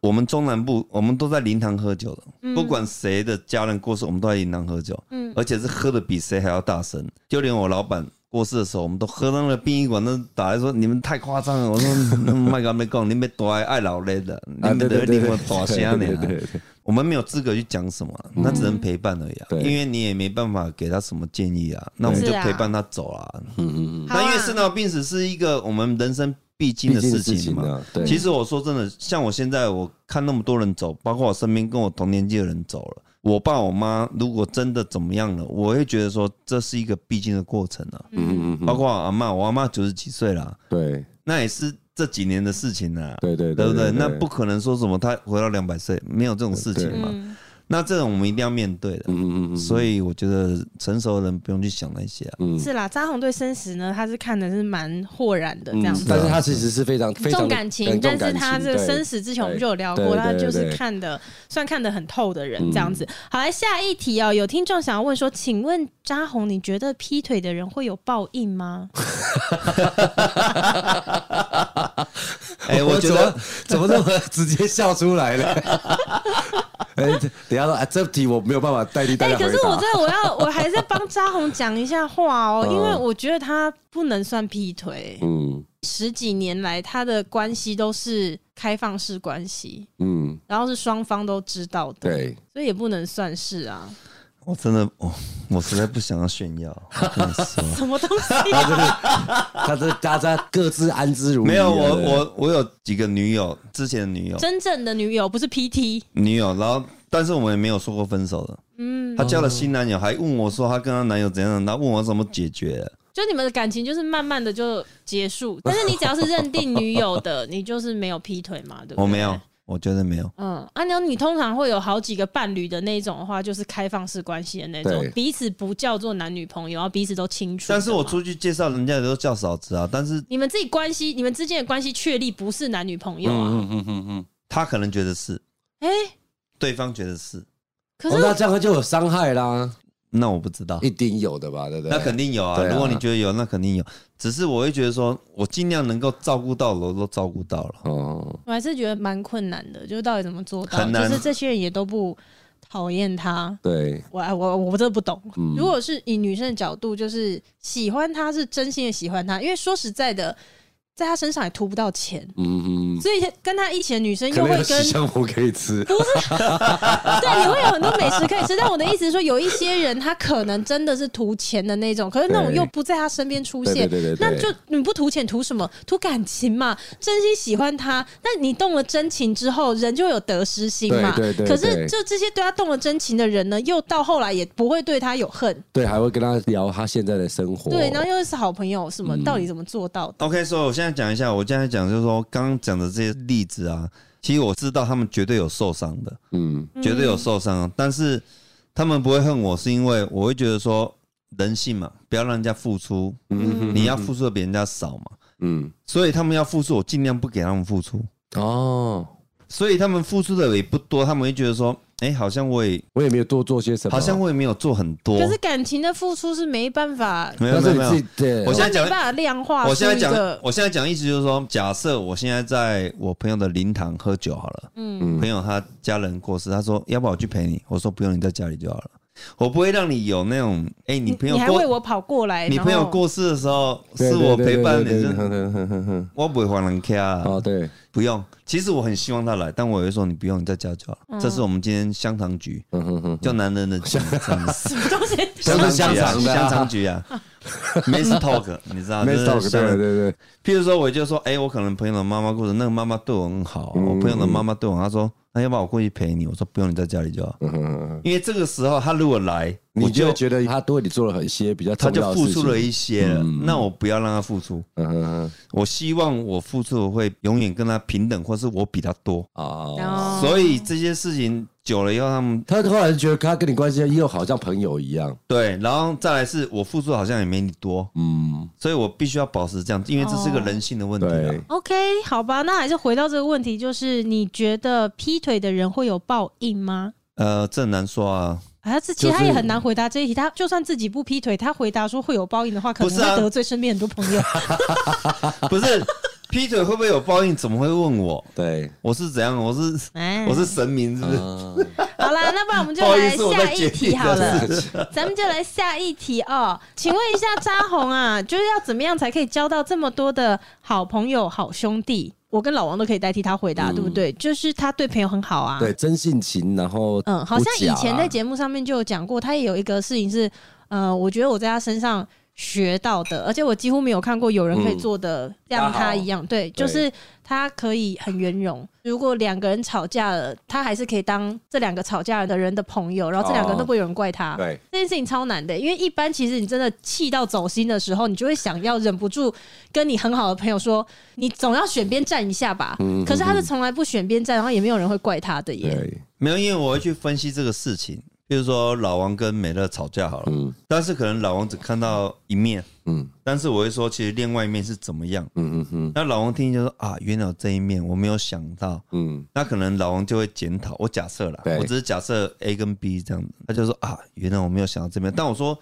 [SPEAKER 3] 我们中南部我们都在灵堂喝酒的，不管谁的家人过世，我们都在灵堂喝酒，
[SPEAKER 1] 嗯
[SPEAKER 3] 而且是喝的比谁还要大声，就连我老板。过世的时候，我们都喝到那个殡仪馆，那打来说你们太夸张了。我说麦哥没讲，你们多爱爱老人的，你
[SPEAKER 2] 啊，
[SPEAKER 3] 们
[SPEAKER 2] 对对
[SPEAKER 3] 的
[SPEAKER 2] 对
[SPEAKER 3] 灵
[SPEAKER 2] 对，
[SPEAKER 3] 魂多些
[SPEAKER 2] 对
[SPEAKER 3] 呢
[SPEAKER 2] 对。对对
[SPEAKER 3] 我们没有资格去讲什么啊，那只能陪伴而已啊。
[SPEAKER 2] 嗯对
[SPEAKER 3] 因为你也没办法给他什么建议啊，那我们
[SPEAKER 1] 是
[SPEAKER 3] 就
[SPEAKER 1] 啊
[SPEAKER 3] 陪伴他走啊。
[SPEAKER 2] 嗯嗯嗯，
[SPEAKER 1] 好啊
[SPEAKER 3] 那因为生老病死是一个我们人生必经
[SPEAKER 2] 毕
[SPEAKER 3] 的
[SPEAKER 2] 竟
[SPEAKER 3] 事
[SPEAKER 2] 是事
[SPEAKER 3] 情
[SPEAKER 2] 情
[SPEAKER 3] 嘛。
[SPEAKER 2] 啊，对，
[SPEAKER 3] 其实我说真的，像我现在我看那么多人走，包括我身边跟我同年纪的人走了，我爸我妈如果真的怎么样了，我会觉得说这是一个必经的过程啊。
[SPEAKER 2] 嗯嗯嗯
[SPEAKER 3] 包括我阿嬷，我阿嬷九十几岁了，
[SPEAKER 2] 对
[SPEAKER 3] 那也是这几年的事情啊。
[SPEAKER 2] 对对
[SPEAKER 3] 对不对？那不可能说什么他活到两百岁，没有这种事情
[SPEAKER 2] 对
[SPEAKER 3] 嘛。
[SPEAKER 1] 嗯，
[SPEAKER 3] 那这种我们一定要面对的。
[SPEAKER 2] 嗯嗯嗯，
[SPEAKER 3] 所以我觉得成熟的人不用去想那些啊。
[SPEAKER 2] 嗯
[SPEAKER 1] 是啦，扎红对生死呢，他是看的是蛮豁然的这样子。
[SPEAKER 2] 啊但是他其实是非常非常
[SPEAKER 1] 重
[SPEAKER 2] 地
[SPEAKER 1] 感情
[SPEAKER 2] 对，
[SPEAKER 1] 但
[SPEAKER 2] 重
[SPEAKER 1] 是
[SPEAKER 2] 感
[SPEAKER 1] 他这个
[SPEAKER 2] 对
[SPEAKER 1] 生死之前我们
[SPEAKER 2] 对
[SPEAKER 1] 就有聊
[SPEAKER 2] 对
[SPEAKER 1] 过，
[SPEAKER 2] 对
[SPEAKER 1] 他就是
[SPEAKER 2] 对嗯
[SPEAKER 1] 看的算看得很透的人这样子。好，来下一题哦，有听众想要问说，请问扎红，你觉得劈腿的人会有报应吗？
[SPEAKER 3] 哎，我觉
[SPEAKER 2] 怎么怎么
[SPEAKER 3] 得
[SPEAKER 2] 那么直接笑出来 了？哎，等一下说，啊，这题我没有办法代替 大
[SPEAKER 1] 哎、
[SPEAKER 2] 家回答。
[SPEAKER 1] 可是我真的我要我还是要帮扎红讲一下话 哦，
[SPEAKER 2] 嗯
[SPEAKER 1] 因为我觉得他不能算劈腿，
[SPEAKER 2] 嗯
[SPEAKER 1] 十几年来他的关系都是开放式关系，
[SPEAKER 2] 嗯，
[SPEAKER 1] 然后是双方都知道的，
[SPEAKER 2] 对，
[SPEAKER 1] 所以也不能算是 啊，
[SPEAKER 3] 我真的 我我实在不想要炫耀，我跟你说。
[SPEAKER 1] 什么东西、啊
[SPEAKER 2] 他这个他这大家各自安之如饴啊
[SPEAKER 3] 没有，我
[SPEAKER 2] 对
[SPEAKER 3] 我我有几个女友，之前的女友，
[SPEAKER 1] 真正的女友不是 PT，
[SPEAKER 3] 女友，然后但是我们也没有说过分手的。
[SPEAKER 1] 嗯，
[SPEAKER 3] 她交了新男友，还问我说她跟她男友怎样，然后问我怎么解决。
[SPEAKER 1] 就你们的感情就是慢慢的就结 束，但是你只要是认定女友的，你就是没有劈腿嘛，对不对？
[SPEAKER 3] 我没有。，我觉得没有。
[SPEAKER 1] 嗯，啊，那你通常会有好几个伴侣的那一种的话，就是开放式关系的那种
[SPEAKER 2] 对，
[SPEAKER 1] 彼此不叫做男女朋友，然后彼此都清楚的嘛。
[SPEAKER 3] 但是我出去介绍人家的都叫嫂子啊，但是
[SPEAKER 1] 你们自己关系，你们之间的关系确立不是男女朋友啊？
[SPEAKER 2] 嗯嗯嗯嗯。
[SPEAKER 3] 他可能觉得是，
[SPEAKER 1] 哎、
[SPEAKER 3] 对方觉得是，
[SPEAKER 1] 可
[SPEAKER 2] 哦，
[SPEAKER 1] 是
[SPEAKER 2] 那这样就有伤害啦，
[SPEAKER 3] 那我不知道。
[SPEAKER 2] 一定有的吧，对不对？
[SPEAKER 3] 那肯定有啊，
[SPEAKER 2] 对啊
[SPEAKER 3] 如果你觉得有，那肯定有。只是我会觉得说，我尽量能够照顾到的，我都照顾到了。
[SPEAKER 2] 哦，
[SPEAKER 1] 我还是觉得蛮困难的，就是到底怎么做到？
[SPEAKER 3] 很难
[SPEAKER 1] 就是这些人也都不讨厌他，
[SPEAKER 2] 对，
[SPEAKER 1] 我我我真的不懂。
[SPEAKER 2] 嗯
[SPEAKER 1] 如果是以女生的角度，就是喜欢他是真心的喜欢他，因为说实在的，在他身上也图不到钱，
[SPEAKER 2] 嗯嗯，
[SPEAKER 1] 所以跟他一起的女生
[SPEAKER 2] 可
[SPEAKER 1] 又
[SPEAKER 2] 能有
[SPEAKER 1] 会
[SPEAKER 2] 喜
[SPEAKER 1] 跟
[SPEAKER 2] 相逢可以吃，
[SPEAKER 1] 对，你会有很多美食可以吃。但我的意思是说，有一些人他可能真的是图钱的那种，可是那种
[SPEAKER 2] 对
[SPEAKER 1] 又不在他身边出
[SPEAKER 2] 对
[SPEAKER 1] 现
[SPEAKER 2] 对，对对对
[SPEAKER 1] 那就你不图钱图什么？图感情嘛，真心喜欢他。但你动了真情之后，人就有得失心嘛。
[SPEAKER 2] 对对对
[SPEAKER 1] 可
[SPEAKER 2] 对
[SPEAKER 1] 是就这些对他动了真情的人呢，又到后来也不会对他有恨，
[SPEAKER 2] 对，还会跟他聊他现在的生活，
[SPEAKER 1] 对，然后又是好朋友，什么、
[SPEAKER 3] 嗯
[SPEAKER 1] 到底怎么做到的？
[SPEAKER 3] OK，所以我现在讲一下，我现在讲就是说，刚刚讲的这些例子啊，其实我知道他们绝对有受伤的，
[SPEAKER 2] 嗯，
[SPEAKER 3] 绝对有受伤啊，但是他们不会恨我，是因为我会觉得说人性嘛，不要让人家付出，
[SPEAKER 2] 嗯
[SPEAKER 3] 你要付出的比人家少嘛，
[SPEAKER 2] 嗯，
[SPEAKER 3] 所以他们要付出，我尽量不给他们付出，
[SPEAKER 2] 哦，
[SPEAKER 3] 所以他们付出的也不多，他们会觉得说，哎、好像我也
[SPEAKER 2] 我也没有多做些什么，
[SPEAKER 3] 好像我也没有做很多，
[SPEAKER 1] 可是感情的付出是没办法，
[SPEAKER 3] 没有
[SPEAKER 2] 但
[SPEAKER 3] 没
[SPEAKER 2] 是
[SPEAKER 3] 有
[SPEAKER 2] 你
[SPEAKER 3] 没有
[SPEAKER 2] 自，己对，
[SPEAKER 3] 我现在
[SPEAKER 1] 没
[SPEAKER 3] 讲
[SPEAKER 1] 办法量化出啊一
[SPEAKER 3] 我
[SPEAKER 1] 个。
[SPEAKER 3] 现在讲，我现在讲意思就是说，假设我现在在我朋友的灵堂喝酒好了，嗯，朋友他家人过世，他说要不要我去陪你？我说不用，你在家里就好了。我不会让你有那种，哎、你朋友
[SPEAKER 1] 你还为
[SPEAKER 3] 过，
[SPEAKER 1] 我跑过来，
[SPEAKER 3] 你
[SPEAKER 1] 然
[SPEAKER 3] 朋友
[SPEAKER 1] 后
[SPEAKER 3] 过世的时候
[SPEAKER 2] 对
[SPEAKER 3] 是我陪伴，
[SPEAKER 2] 对对对
[SPEAKER 3] 你，就
[SPEAKER 2] 对对对对
[SPEAKER 3] 我不会还人家啊，
[SPEAKER 2] 哦，对，
[SPEAKER 3] 不用。其实我很希望他来，但我有时候你不用，你在家就好了。
[SPEAKER 1] 嗯
[SPEAKER 3] 这是我们今天香肠局，
[SPEAKER 2] 嗯哼哼，
[SPEAKER 3] 叫男人的局这样子
[SPEAKER 1] 东 西
[SPEAKER 2] 都是香肠的啊
[SPEAKER 3] 香肠局啊 m e s talk，你知道
[SPEAKER 2] 没
[SPEAKER 3] 就是
[SPEAKER 2] 少
[SPEAKER 3] 香
[SPEAKER 2] 对对对，
[SPEAKER 3] 譬如说，我就说，哎、我可能朋友的妈妈过世，那个妈妈对我很好，啊
[SPEAKER 2] 嗯
[SPEAKER 3] 我朋友的妈妈对我，她说，那要不要我过去陪你？我说不用，你在家里就好。
[SPEAKER 2] 嗯哼哼哼
[SPEAKER 3] 因为这个时候，她如果来，
[SPEAKER 2] 嗯
[SPEAKER 3] 我
[SPEAKER 2] 你就
[SPEAKER 3] 就
[SPEAKER 2] 会觉得他对你做了一些比较
[SPEAKER 3] 她
[SPEAKER 2] 重
[SPEAKER 3] 就
[SPEAKER 2] 要的
[SPEAKER 3] 付
[SPEAKER 2] 事
[SPEAKER 3] 出
[SPEAKER 2] 情
[SPEAKER 3] 了一些了，那我不要让她付出，
[SPEAKER 2] 嗯哼哼，
[SPEAKER 3] 我希望我付出的会永远跟她平等，或是我比她多。
[SPEAKER 2] 哦，
[SPEAKER 1] 哦
[SPEAKER 3] 所以这些事情久了以后，他们
[SPEAKER 2] 他后来觉得他跟你关系又好像朋友一样，
[SPEAKER 3] 对，然后再来是我付出好像也没你多，
[SPEAKER 2] 嗯，
[SPEAKER 3] 所以我必须要保持这样，因为这是个人性的问题、啊。
[SPEAKER 2] 对，
[SPEAKER 1] OK，好吧，那还是回到这个问题，就是你觉得劈腿的人会有报应吗？
[SPEAKER 3] 呃，这很难说啊。
[SPEAKER 1] 啊，这其
[SPEAKER 2] 就
[SPEAKER 1] 实
[SPEAKER 2] 是
[SPEAKER 1] 他也很难回答这一题。他就算自己不劈腿，他回答说会有报应的话，可
[SPEAKER 3] 不
[SPEAKER 1] 能
[SPEAKER 3] 是啊
[SPEAKER 1] 会得罪身边很多朋 友。
[SPEAKER 3] 不是 劈腿会不会有报应？怎么会问我？
[SPEAKER 2] 对，
[SPEAKER 3] 我是怎样？我是
[SPEAKER 1] 哎
[SPEAKER 3] 我是神明，是不是？
[SPEAKER 2] 嗯
[SPEAKER 1] 好啦，那不然我们就
[SPEAKER 3] 不好意
[SPEAKER 1] 来
[SPEAKER 3] 思，我在
[SPEAKER 1] 下
[SPEAKER 3] 解
[SPEAKER 1] 一
[SPEAKER 3] 密
[SPEAKER 1] 题好了
[SPEAKER 3] 的，事情。
[SPEAKER 1] 咱们就来下一题哦。请问一下扎红啊，就是要怎么样才可以交到这么多的好朋友、好兄弟？我跟老王都可以代替他回
[SPEAKER 3] 嗯
[SPEAKER 1] 答，对不对？就是他对朋友很好啊，
[SPEAKER 2] 对，真性情，然后
[SPEAKER 1] 嗯，好像
[SPEAKER 2] 不假
[SPEAKER 1] 以
[SPEAKER 2] 啊
[SPEAKER 1] 前在节目上面就有讲过，他也有一个事情是，呃，我觉得我在他身上学到的，而且我几乎没有看过有人可以做的像他一样，对，就是他可以很圆融。如果两个人吵架了，他还是可以当这两个吵架的人的朋友，然后这两个人都不会有人怪他。
[SPEAKER 2] 对，
[SPEAKER 1] 这件事情超难的，因为一般其实你真的气到走心的时候，你就会想要忍不住跟你很好的朋友说，你总要选边站一下吧。
[SPEAKER 2] 嗯
[SPEAKER 1] 可是他是从来不选边站，然后也没有人会怪他的耶。
[SPEAKER 2] 对，
[SPEAKER 3] 没有，因为我会去分析这个事情。比如说老王跟美乐吵架好了，
[SPEAKER 2] 嗯
[SPEAKER 3] 但是可能老王只看到一面，
[SPEAKER 2] 嗯
[SPEAKER 3] 但是我会说，其实另外一面是怎么样。
[SPEAKER 2] 嗯嗯嗯
[SPEAKER 3] 那老王听就说啊，原来有这一面我没有想到。
[SPEAKER 2] 嗯，
[SPEAKER 3] 那可能老王就会检讨，我假设啦
[SPEAKER 2] 对，
[SPEAKER 3] 我只是假设 A 跟 B 这样子，他就说啊，原来我没有想到这面，但我说，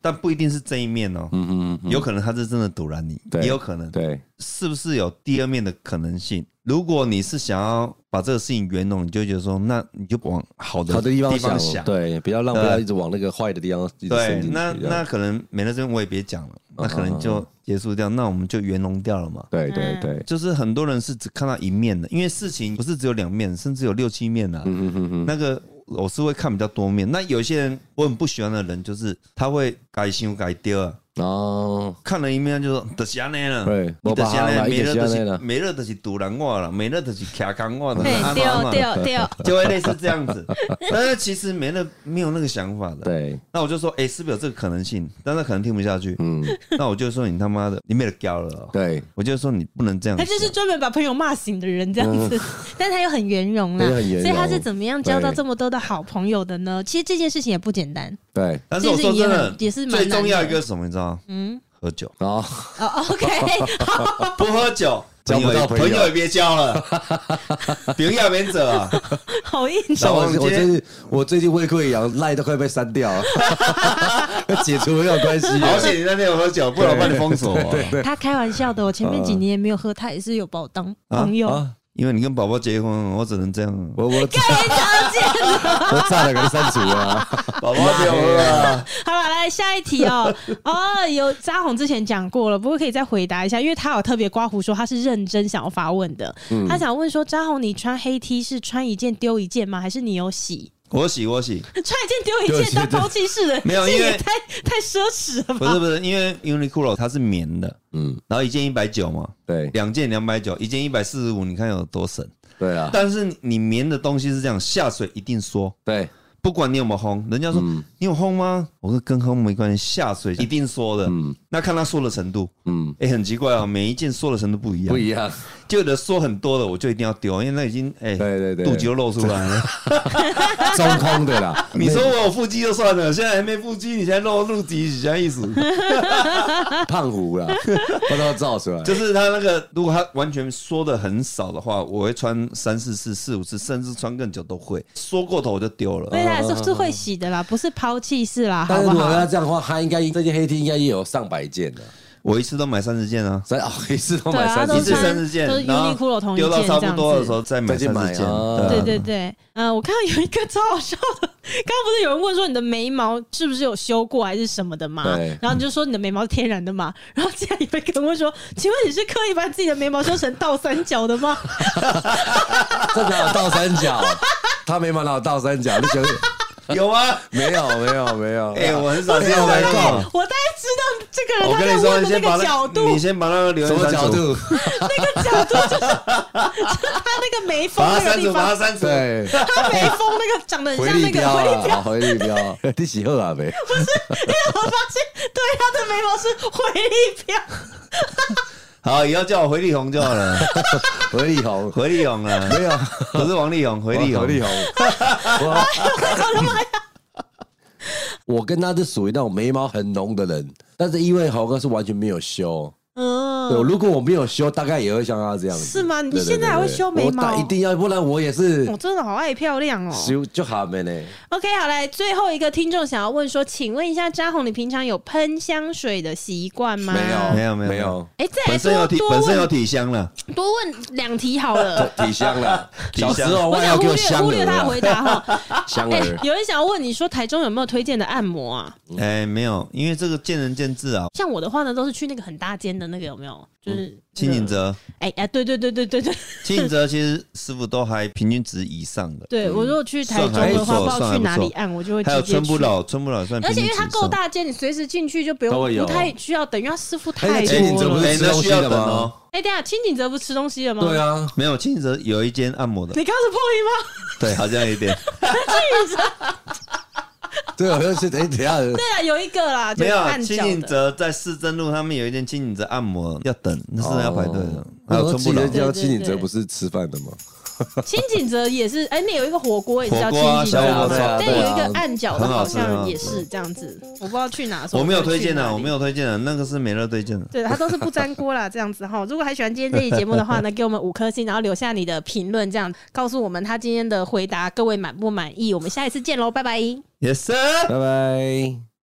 [SPEAKER 3] 但不一定是这一面哦，
[SPEAKER 2] 嗯
[SPEAKER 3] 有可能他是真的堵拦你，
[SPEAKER 2] 对
[SPEAKER 3] 也有可能，
[SPEAKER 2] 对，
[SPEAKER 3] 是不是有第二面的可能性？如果你是想要把这个事情圆融，你就会觉得说，那你就往好的
[SPEAKER 2] 好的地方
[SPEAKER 3] 方
[SPEAKER 2] 想，
[SPEAKER 3] 想。
[SPEAKER 2] 对，不要让不
[SPEAKER 3] 对
[SPEAKER 2] 要一直往那个坏的地方一直
[SPEAKER 3] 对
[SPEAKER 2] 伸进去，
[SPEAKER 3] 那
[SPEAKER 2] 这样
[SPEAKER 3] 那可能没了这边我也别讲了，那可能
[SPEAKER 2] 嗯嗯
[SPEAKER 3] 就结束掉，那我们就圆融掉了嘛。
[SPEAKER 2] 对对对，
[SPEAKER 3] 就是很多人是只看到一面的，因为事情不是只有两面，甚至有六七面的、啊。
[SPEAKER 2] 嗯嗯嗯，
[SPEAKER 3] 那个我是会看比较多面。那有些人我很不喜欢的人，就是他会改心改丢啊，
[SPEAKER 2] 哦，
[SPEAKER 3] 看了一面就说，就是安尼啦，
[SPEAKER 2] 对
[SPEAKER 3] 你就是安
[SPEAKER 2] 没办法啦
[SPEAKER 3] 尼，每日就
[SPEAKER 2] 就是这
[SPEAKER 3] 是
[SPEAKER 2] 样啦
[SPEAKER 3] 每日就是堵人我啦，每日就是卡干我的，
[SPEAKER 1] 嘿
[SPEAKER 3] 安嘛安
[SPEAKER 1] 丢
[SPEAKER 3] 嘛
[SPEAKER 1] 丢丢，
[SPEAKER 3] 就会类似这 样子。但是其实没那没有那个想法的。
[SPEAKER 2] 对，
[SPEAKER 3] 那我就说，哎，是不是有这个可能性？但他可能听不下去。
[SPEAKER 2] 嗯，
[SPEAKER 3] 那我就说你他妈的，你没得教了哦。
[SPEAKER 2] 对，
[SPEAKER 3] 我就说你不能这样
[SPEAKER 1] 他
[SPEAKER 3] 想。
[SPEAKER 1] 就是专门把朋友骂醒的人这样子， 但他又很圆融啦，
[SPEAKER 2] 对很圆
[SPEAKER 1] 所以他
[SPEAKER 2] 融
[SPEAKER 1] 是怎么样交到
[SPEAKER 2] 对
[SPEAKER 1] 这么多的好朋友的呢？其实这件事情也不简单，
[SPEAKER 2] 对，
[SPEAKER 3] 但是我说真的，
[SPEAKER 1] 这件事也很也是蛮
[SPEAKER 3] 最
[SPEAKER 1] 难的
[SPEAKER 3] 重要一个是什么，你知道吗？
[SPEAKER 1] 嗯，
[SPEAKER 3] 喝酒，
[SPEAKER 2] 哦，
[SPEAKER 1] 哦，OK，
[SPEAKER 3] 不喝酒。
[SPEAKER 2] 交不到朋友
[SPEAKER 3] 朋友也别交 了，朋友免者啊！
[SPEAKER 1] 好硬
[SPEAKER 2] 像我
[SPEAKER 3] 老王今
[SPEAKER 2] 我
[SPEAKER 3] 天
[SPEAKER 2] 最近我最近胃溃疡，赖都快被删掉了，跟解除没有关系。啊
[SPEAKER 3] 好险你那天有喝酒，不然我把你封锁啊。
[SPEAKER 1] 他开玩笑的，我哦前面几年也没有喝，他也是有把我当朋友。
[SPEAKER 3] 啊，因为你跟宝宝结婚，我只能这样。哎
[SPEAKER 2] 我我我炸了，给你删除啊了。
[SPEAKER 3] 宝宝没有喝啊，
[SPEAKER 1] 好了，来下一题哦。哦，有扎红之前讲过了，不过可以再回答一下，因为他有特别刮胡说他是认真想要发问的。他想问说，扎红，你穿黑 T 是穿一件丢一件吗？还是你有洗？
[SPEAKER 3] 我洗我洗，
[SPEAKER 1] 穿一件丢一件当抛弃式的，
[SPEAKER 3] 没有
[SPEAKER 1] 这
[SPEAKER 3] 因为
[SPEAKER 1] 也太太奢侈了
[SPEAKER 3] 不
[SPEAKER 1] 吧？
[SPEAKER 3] 是不是，因为 Uniqlo 它是棉的，
[SPEAKER 2] 嗯，
[SPEAKER 3] 然后一件一百九嘛，
[SPEAKER 2] 对
[SPEAKER 3] 两件两百九，一件一百四十五，你看有多省。
[SPEAKER 2] 对 啊，
[SPEAKER 3] 但是你棉的东西是这样，下水一定缩，
[SPEAKER 2] 对
[SPEAKER 3] 不管你有没有烘。人家说、
[SPEAKER 2] 嗯
[SPEAKER 3] 你有烘吗？我说跟烘没关系，下水一定缩的。
[SPEAKER 2] 嗯
[SPEAKER 3] 那看它缩的程度，
[SPEAKER 2] 嗯，
[SPEAKER 3] 哎、很奇怪啊，每一件缩的程度不一样，
[SPEAKER 2] 不一样。
[SPEAKER 3] 就有的缩很多的，我就一定要丢，因为那已经哎、
[SPEAKER 2] 对对对
[SPEAKER 3] 肚脐都露出来了。
[SPEAKER 2] 中空的啦。
[SPEAKER 3] 你说我有腹肌就算了，现在还没腹肌，你现在露肚脐，是啥意思？
[SPEAKER 2] 胖虎啦，把它照出来。
[SPEAKER 3] 就是他那个，如果他完全缩的很少的话，我会穿三四次、四五次，甚至穿更久都会。缩过头我就丢
[SPEAKER 1] 对啊
[SPEAKER 3] 了。
[SPEAKER 1] 啦，是是会洗的啦，不是抛弃式啦，
[SPEAKER 2] 但
[SPEAKER 1] 好
[SPEAKER 2] 是
[SPEAKER 1] 不
[SPEAKER 2] 如果要
[SPEAKER 1] 好？
[SPEAKER 2] 这样的话，他应该这件黑 T 应该也有上百件的，
[SPEAKER 3] 我一次都买三十件啊，
[SPEAKER 2] 所以哦，一次都
[SPEAKER 1] 对
[SPEAKER 2] 买
[SPEAKER 1] 啊，
[SPEAKER 2] 三
[SPEAKER 1] 都
[SPEAKER 3] 一
[SPEAKER 2] 十
[SPEAKER 3] 次
[SPEAKER 2] 件
[SPEAKER 1] 穿
[SPEAKER 3] 三十件
[SPEAKER 1] 都是
[SPEAKER 3] 然后
[SPEAKER 1] Uniqlo 同一
[SPEAKER 3] 丢到
[SPEAKER 1] 件
[SPEAKER 3] 差
[SPEAKER 1] 这
[SPEAKER 3] 不
[SPEAKER 1] 样
[SPEAKER 3] 多的
[SPEAKER 1] 子
[SPEAKER 3] 时。候再买
[SPEAKER 2] 再去
[SPEAKER 3] 三
[SPEAKER 2] 买
[SPEAKER 3] 十件。
[SPEAKER 2] 啊
[SPEAKER 3] 啊
[SPEAKER 1] 对对对，嗯、我看到有一个超好笑的，刚 刚不是有人问说你的眉毛是不是有修过还是什么的嘛
[SPEAKER 2] 对？
[SPEAKER 1] 然后你就说你的眉毛是天然的嘛？然后竟然有一个人问说，请问你是刻意把自己的眉毛修成倒三角的 吗？
[SPEAKER 2] 这哪有倒三角？啊他眉毛哪有倒三角？你想
[SPEAKER 3] 有啊，
[SPEAKER 2] 没有没有没有？
[SPEAKER 3] 哎，我很少见
[SPEAKER 2] 我
[SPEAKER 3] 到
[SPEAKER 2] 来
[SPEAKER 3] 那种
[SPEAKER 2] 告。
[SPEAKER 1] 我大概知道这个人
[SPEAKER 3] 我
[SPEAKER 1] 他
[SPEAKER 3] 跟
[SPEAKER 1] 在
[SPEAKER 3] 你说，
[SPEAKER 1] 问
[SPEAKER 3] 你
[SPEAKER 1] 的
[SPEAKER 3] 先把
[SPEAKER 1] 那个
[SPEAKER 3] 那
[SPEAKER 1] 角
[SPEAKER 3] 个，你
[SPEAKER 1] 度，
[SPEAKER 3] 先把那个留
[SPEAKER 2] 什
[SPEAKER 3] 言
[SPEAKER 2] 么角
[SPEAKER 3] 删除，
[SPEAKER 2] 度？
[SPEAKER 1] 那个角度 就是就是他那个眉峰
[SPEAKER 3] 把
[SPEAKER 1] 那个
[SPEAKER 3] 它删
[SPEAKER 1] 地
[SPEAKER 3] 除，把它
[SPEAKER 1] 方，
[SPEAKER 3] 删除。
[SPEAKER 2] 对，
[SPEAKER 1] 他眉峰那个长得很
[SPEAKER 2] 回
[SPEAKER 1] 像
[SPEAKER 2] 力
[SPEAKER 1] 那个
[SPEAKER 2] 镖
[SPEAKER 1] 回力
[SPEAKER 2] 啊，
[SPEAKER 1] 镖。
[SPEAKER 2] 回力镖，你喜 贺啊没？
[SPEAKER 1] 我发现，对他的眉毛是回力镖。
[SPEAKER 3] 好，以后叫我回力红就好了，
[SPEAKER 2] 回力红
[SPEAKER 3] 回力红啊，
[SPEAKER 2] 没有？
[SPEAKER 3] 不是王力宏，回力
[SPEAKER 2] 回力
[SPEAKER 3] 红。
[SPEAKER 2] 红，我 我跟他是属于那种眉毛很浓的人，但是因为豪哥是完全没有修，对，
[SPEAKER 1] 嗯，
[SPEAKER 2] 如果我没有修，大概也会像他这样子。
[SPEAKER 1] 是吗你
[SPEAKER 2] 对对
[SPEAKER 1] 现在还会修眉毛
[SPEAKER 2] 对对我打一定要，不然我也是
[SPEAKER 1] 我哦真的好爱漂亮哦。
[SPEAKER 2] 修就好没呢。
[SPEAKER 1] OK，好来，最后一个听众想要问说，请问一下，扎红，你平常有喷香水的习惯吗？
[SPEAKER 2] 没有，
[SPEAKER 3] 没有没有
[SPEAKER 2] 没有，
[SPEAKER 1] 哎，再来
[SPEAKER 3] 本身有
[SPEAKER 1] 多
[SPEAKER 3] 体，
[SPEAKER 1] 多
[SPEAKER 3] 本身有
[SPEAKER 1] 问
[SPEAKER 3] 体香了。
[SPEAKER 1] 多问两题好 了。
[SPEAKER 2] 体香了。
[SPEAKER 3] 体
[SPEAKER 2] 小
[SPEAKER 3] 香
[SPEAKER 2] 时
[SPEAKER 1] 我
[SPEAKER 2] 候外
[SPEAKER 1] 想
[SPEAKER 2] 号
[SPEAKER 1] 忽
[SPEAKER 2] 给我
[SPEAKER 1] 略
[SPEAKER 2] 香
[SPEAKER 1] 忽略
[SPEAKER 2] 儿
[SPEAKER 1] 他的
[SPEAKER 2] 啊
[SPEAKER 1] 回，答 哈。
[SPEAKER 2] 香
[SPEAKER 1] 哎
[SPEAKER 2] 儿，
[SPEAKER 1] 有人想要问你说，台中有没有推荐的按摩啊？
[SPEAKER 3] 哎、没有，因为这个见仁见智啊。
[SPEAKER 1] 像我的话呢，都是去那个很大间的那个，有没有？就是
[SPEAKER 3] 清
[SPEAKER 1] 那
[SPEAKER 3] 景
[SPEAKER 1] 个。
[SPEAKER 3] 泽，
[SPEAKER 1] 哎哎，对对对对对对
[SPEAKER 3] 清景泽其实师傅都还平均值以上的，
[SPEAKER 1] 对，我如果去台
[SPEAKER 3] 算
[SPEAKER 1] 中
[SPEAKER 3] 还
[SPEAKER 1] 的
[SPEAKER 3] 啊不
[SPEAKER 1] 话，不
[SPEAKER 3] 错
[SPEAKER 1] 知道
[SPEAKER 3] 算还
[SPEAKER 1] 去
[SPEAKER 3] 不
[SPEAKER 1] 哪里
[SPEAKER 3] 错
[SPEAKER 1] 按，我就会直接
[SPEAKER 3] 还有
[SPEAKER 1] 去。
[SPEAKER 3] 春不老，春不老也算平
[SPEAKER 1] 而且
[SPEAKER 3] 均
[SPEAKER 1] 因
[SPEAKER 3] 值以
[SPEAKER 1] 为
[SPEAKER 3] 上。
[SPEAKER 1] 它够大间，你随时进去就不
[SPEAKER 2] 都
[SPEAKER 1] 用
[SPEAKER 3] 啊
[SPEAKER 2] 会有
[SPEAKER 1] 不太需要等，因为它师傅
[SPEAKER 2] 哎
[SPEAKER 1] 太
[SPEAKER 2] 那清景
[SPEAKER 1] 多
[SPEAKER 2] 泽不
[SPEAKER 1] 了
[SPEAKER 2] 是。
[SPEAKER 3] 哎，那需要等哦。
[SPEAKER 1] 哎，等一下，清景泽不是吃东西了吗？
[SPEAKER 2] 对啊，
[SPEAKER 3] 没有，清景泽有一间按 摩的，
[SPEAKER 1] 你刚刚是破音吗？
[SPEAKER 3] 对，好像有一点
[SPEAKER 2] 对，好像是哎，等一 下，
[SPEAKER 1] 对啊，有一个啦，就
[SPEAKER 3] 没
[SPEAKER 1] 是
[SPEAKER 3] 有。
[SPEAKER 1] 按
[SPEAKER 3] 清
[SPEAKER 1] 脚
[SPEAKER 3] 景
[SPEAKER 1] 的。
[SPEAKER 3] 泽在市政路，他们有一间清景泽按摩，要等，那是要排队的
[SPEAKER 2] 哦。
[SPEAKER 3] 还有
[SPEAKER 2] 我说
[SPEAKER 3] 春不
[SPEAKER 2] 情
[SPEAKER 3] 老
[SPEAKER 2] 人节
[SPEAKER 1] 对对
[SPEAKER 2] 清景泽
[SPEAKER 1] 对
[SPEAKER 2] 不是吃饭的吗？
[SPEAKER 1] 清景泽也是，哎，那有一个火锅也是叫
[SPEAKER 3] 火
[SPEAKER 1] 清
[SPEAKER 3] 锅啊
[SPEAKER 1] 景泽
[SPEAKER 3] 小火锅
[SPEAKER 1] 啊，
[SPEAKER 3] 啊
[SPEAKER 1] 但
[SPEAKER 2] 对啊
[SPEAKER 1] 有一个按脚的，
[SPEAKER 3] 很
[SPEAKER 1] 好
[SPEAKER 3] 好吃
[SPEAKER 1] 像也是这样子。我不知道去哪，所以
[SPEAKER 3] 我没有
[SPEAKER 1] 不知道
[SPEAKER 3] 推
[SPEAKER 1] 去
[SPEAKER 3] 荐
[SPEAKER 1] 哪
[SPEAKER 3] 啊，
[SPEAKER 1] 里
[SPEAKER 3] 我没。有推荐啊，那个是没人推荐的。
[SPEAKER 1] 对，它都是不粘锅啦，这样子哈。如果还喜欢今天这期节目的话呢，给我们五颗星，然后留下你的评论，这样告诉我们他今天的回答，各位满不满意？我们下一次见喽，拜拜。
[SPEAKER 3] Yes sir。
[SPEAKER 2] 拜拜。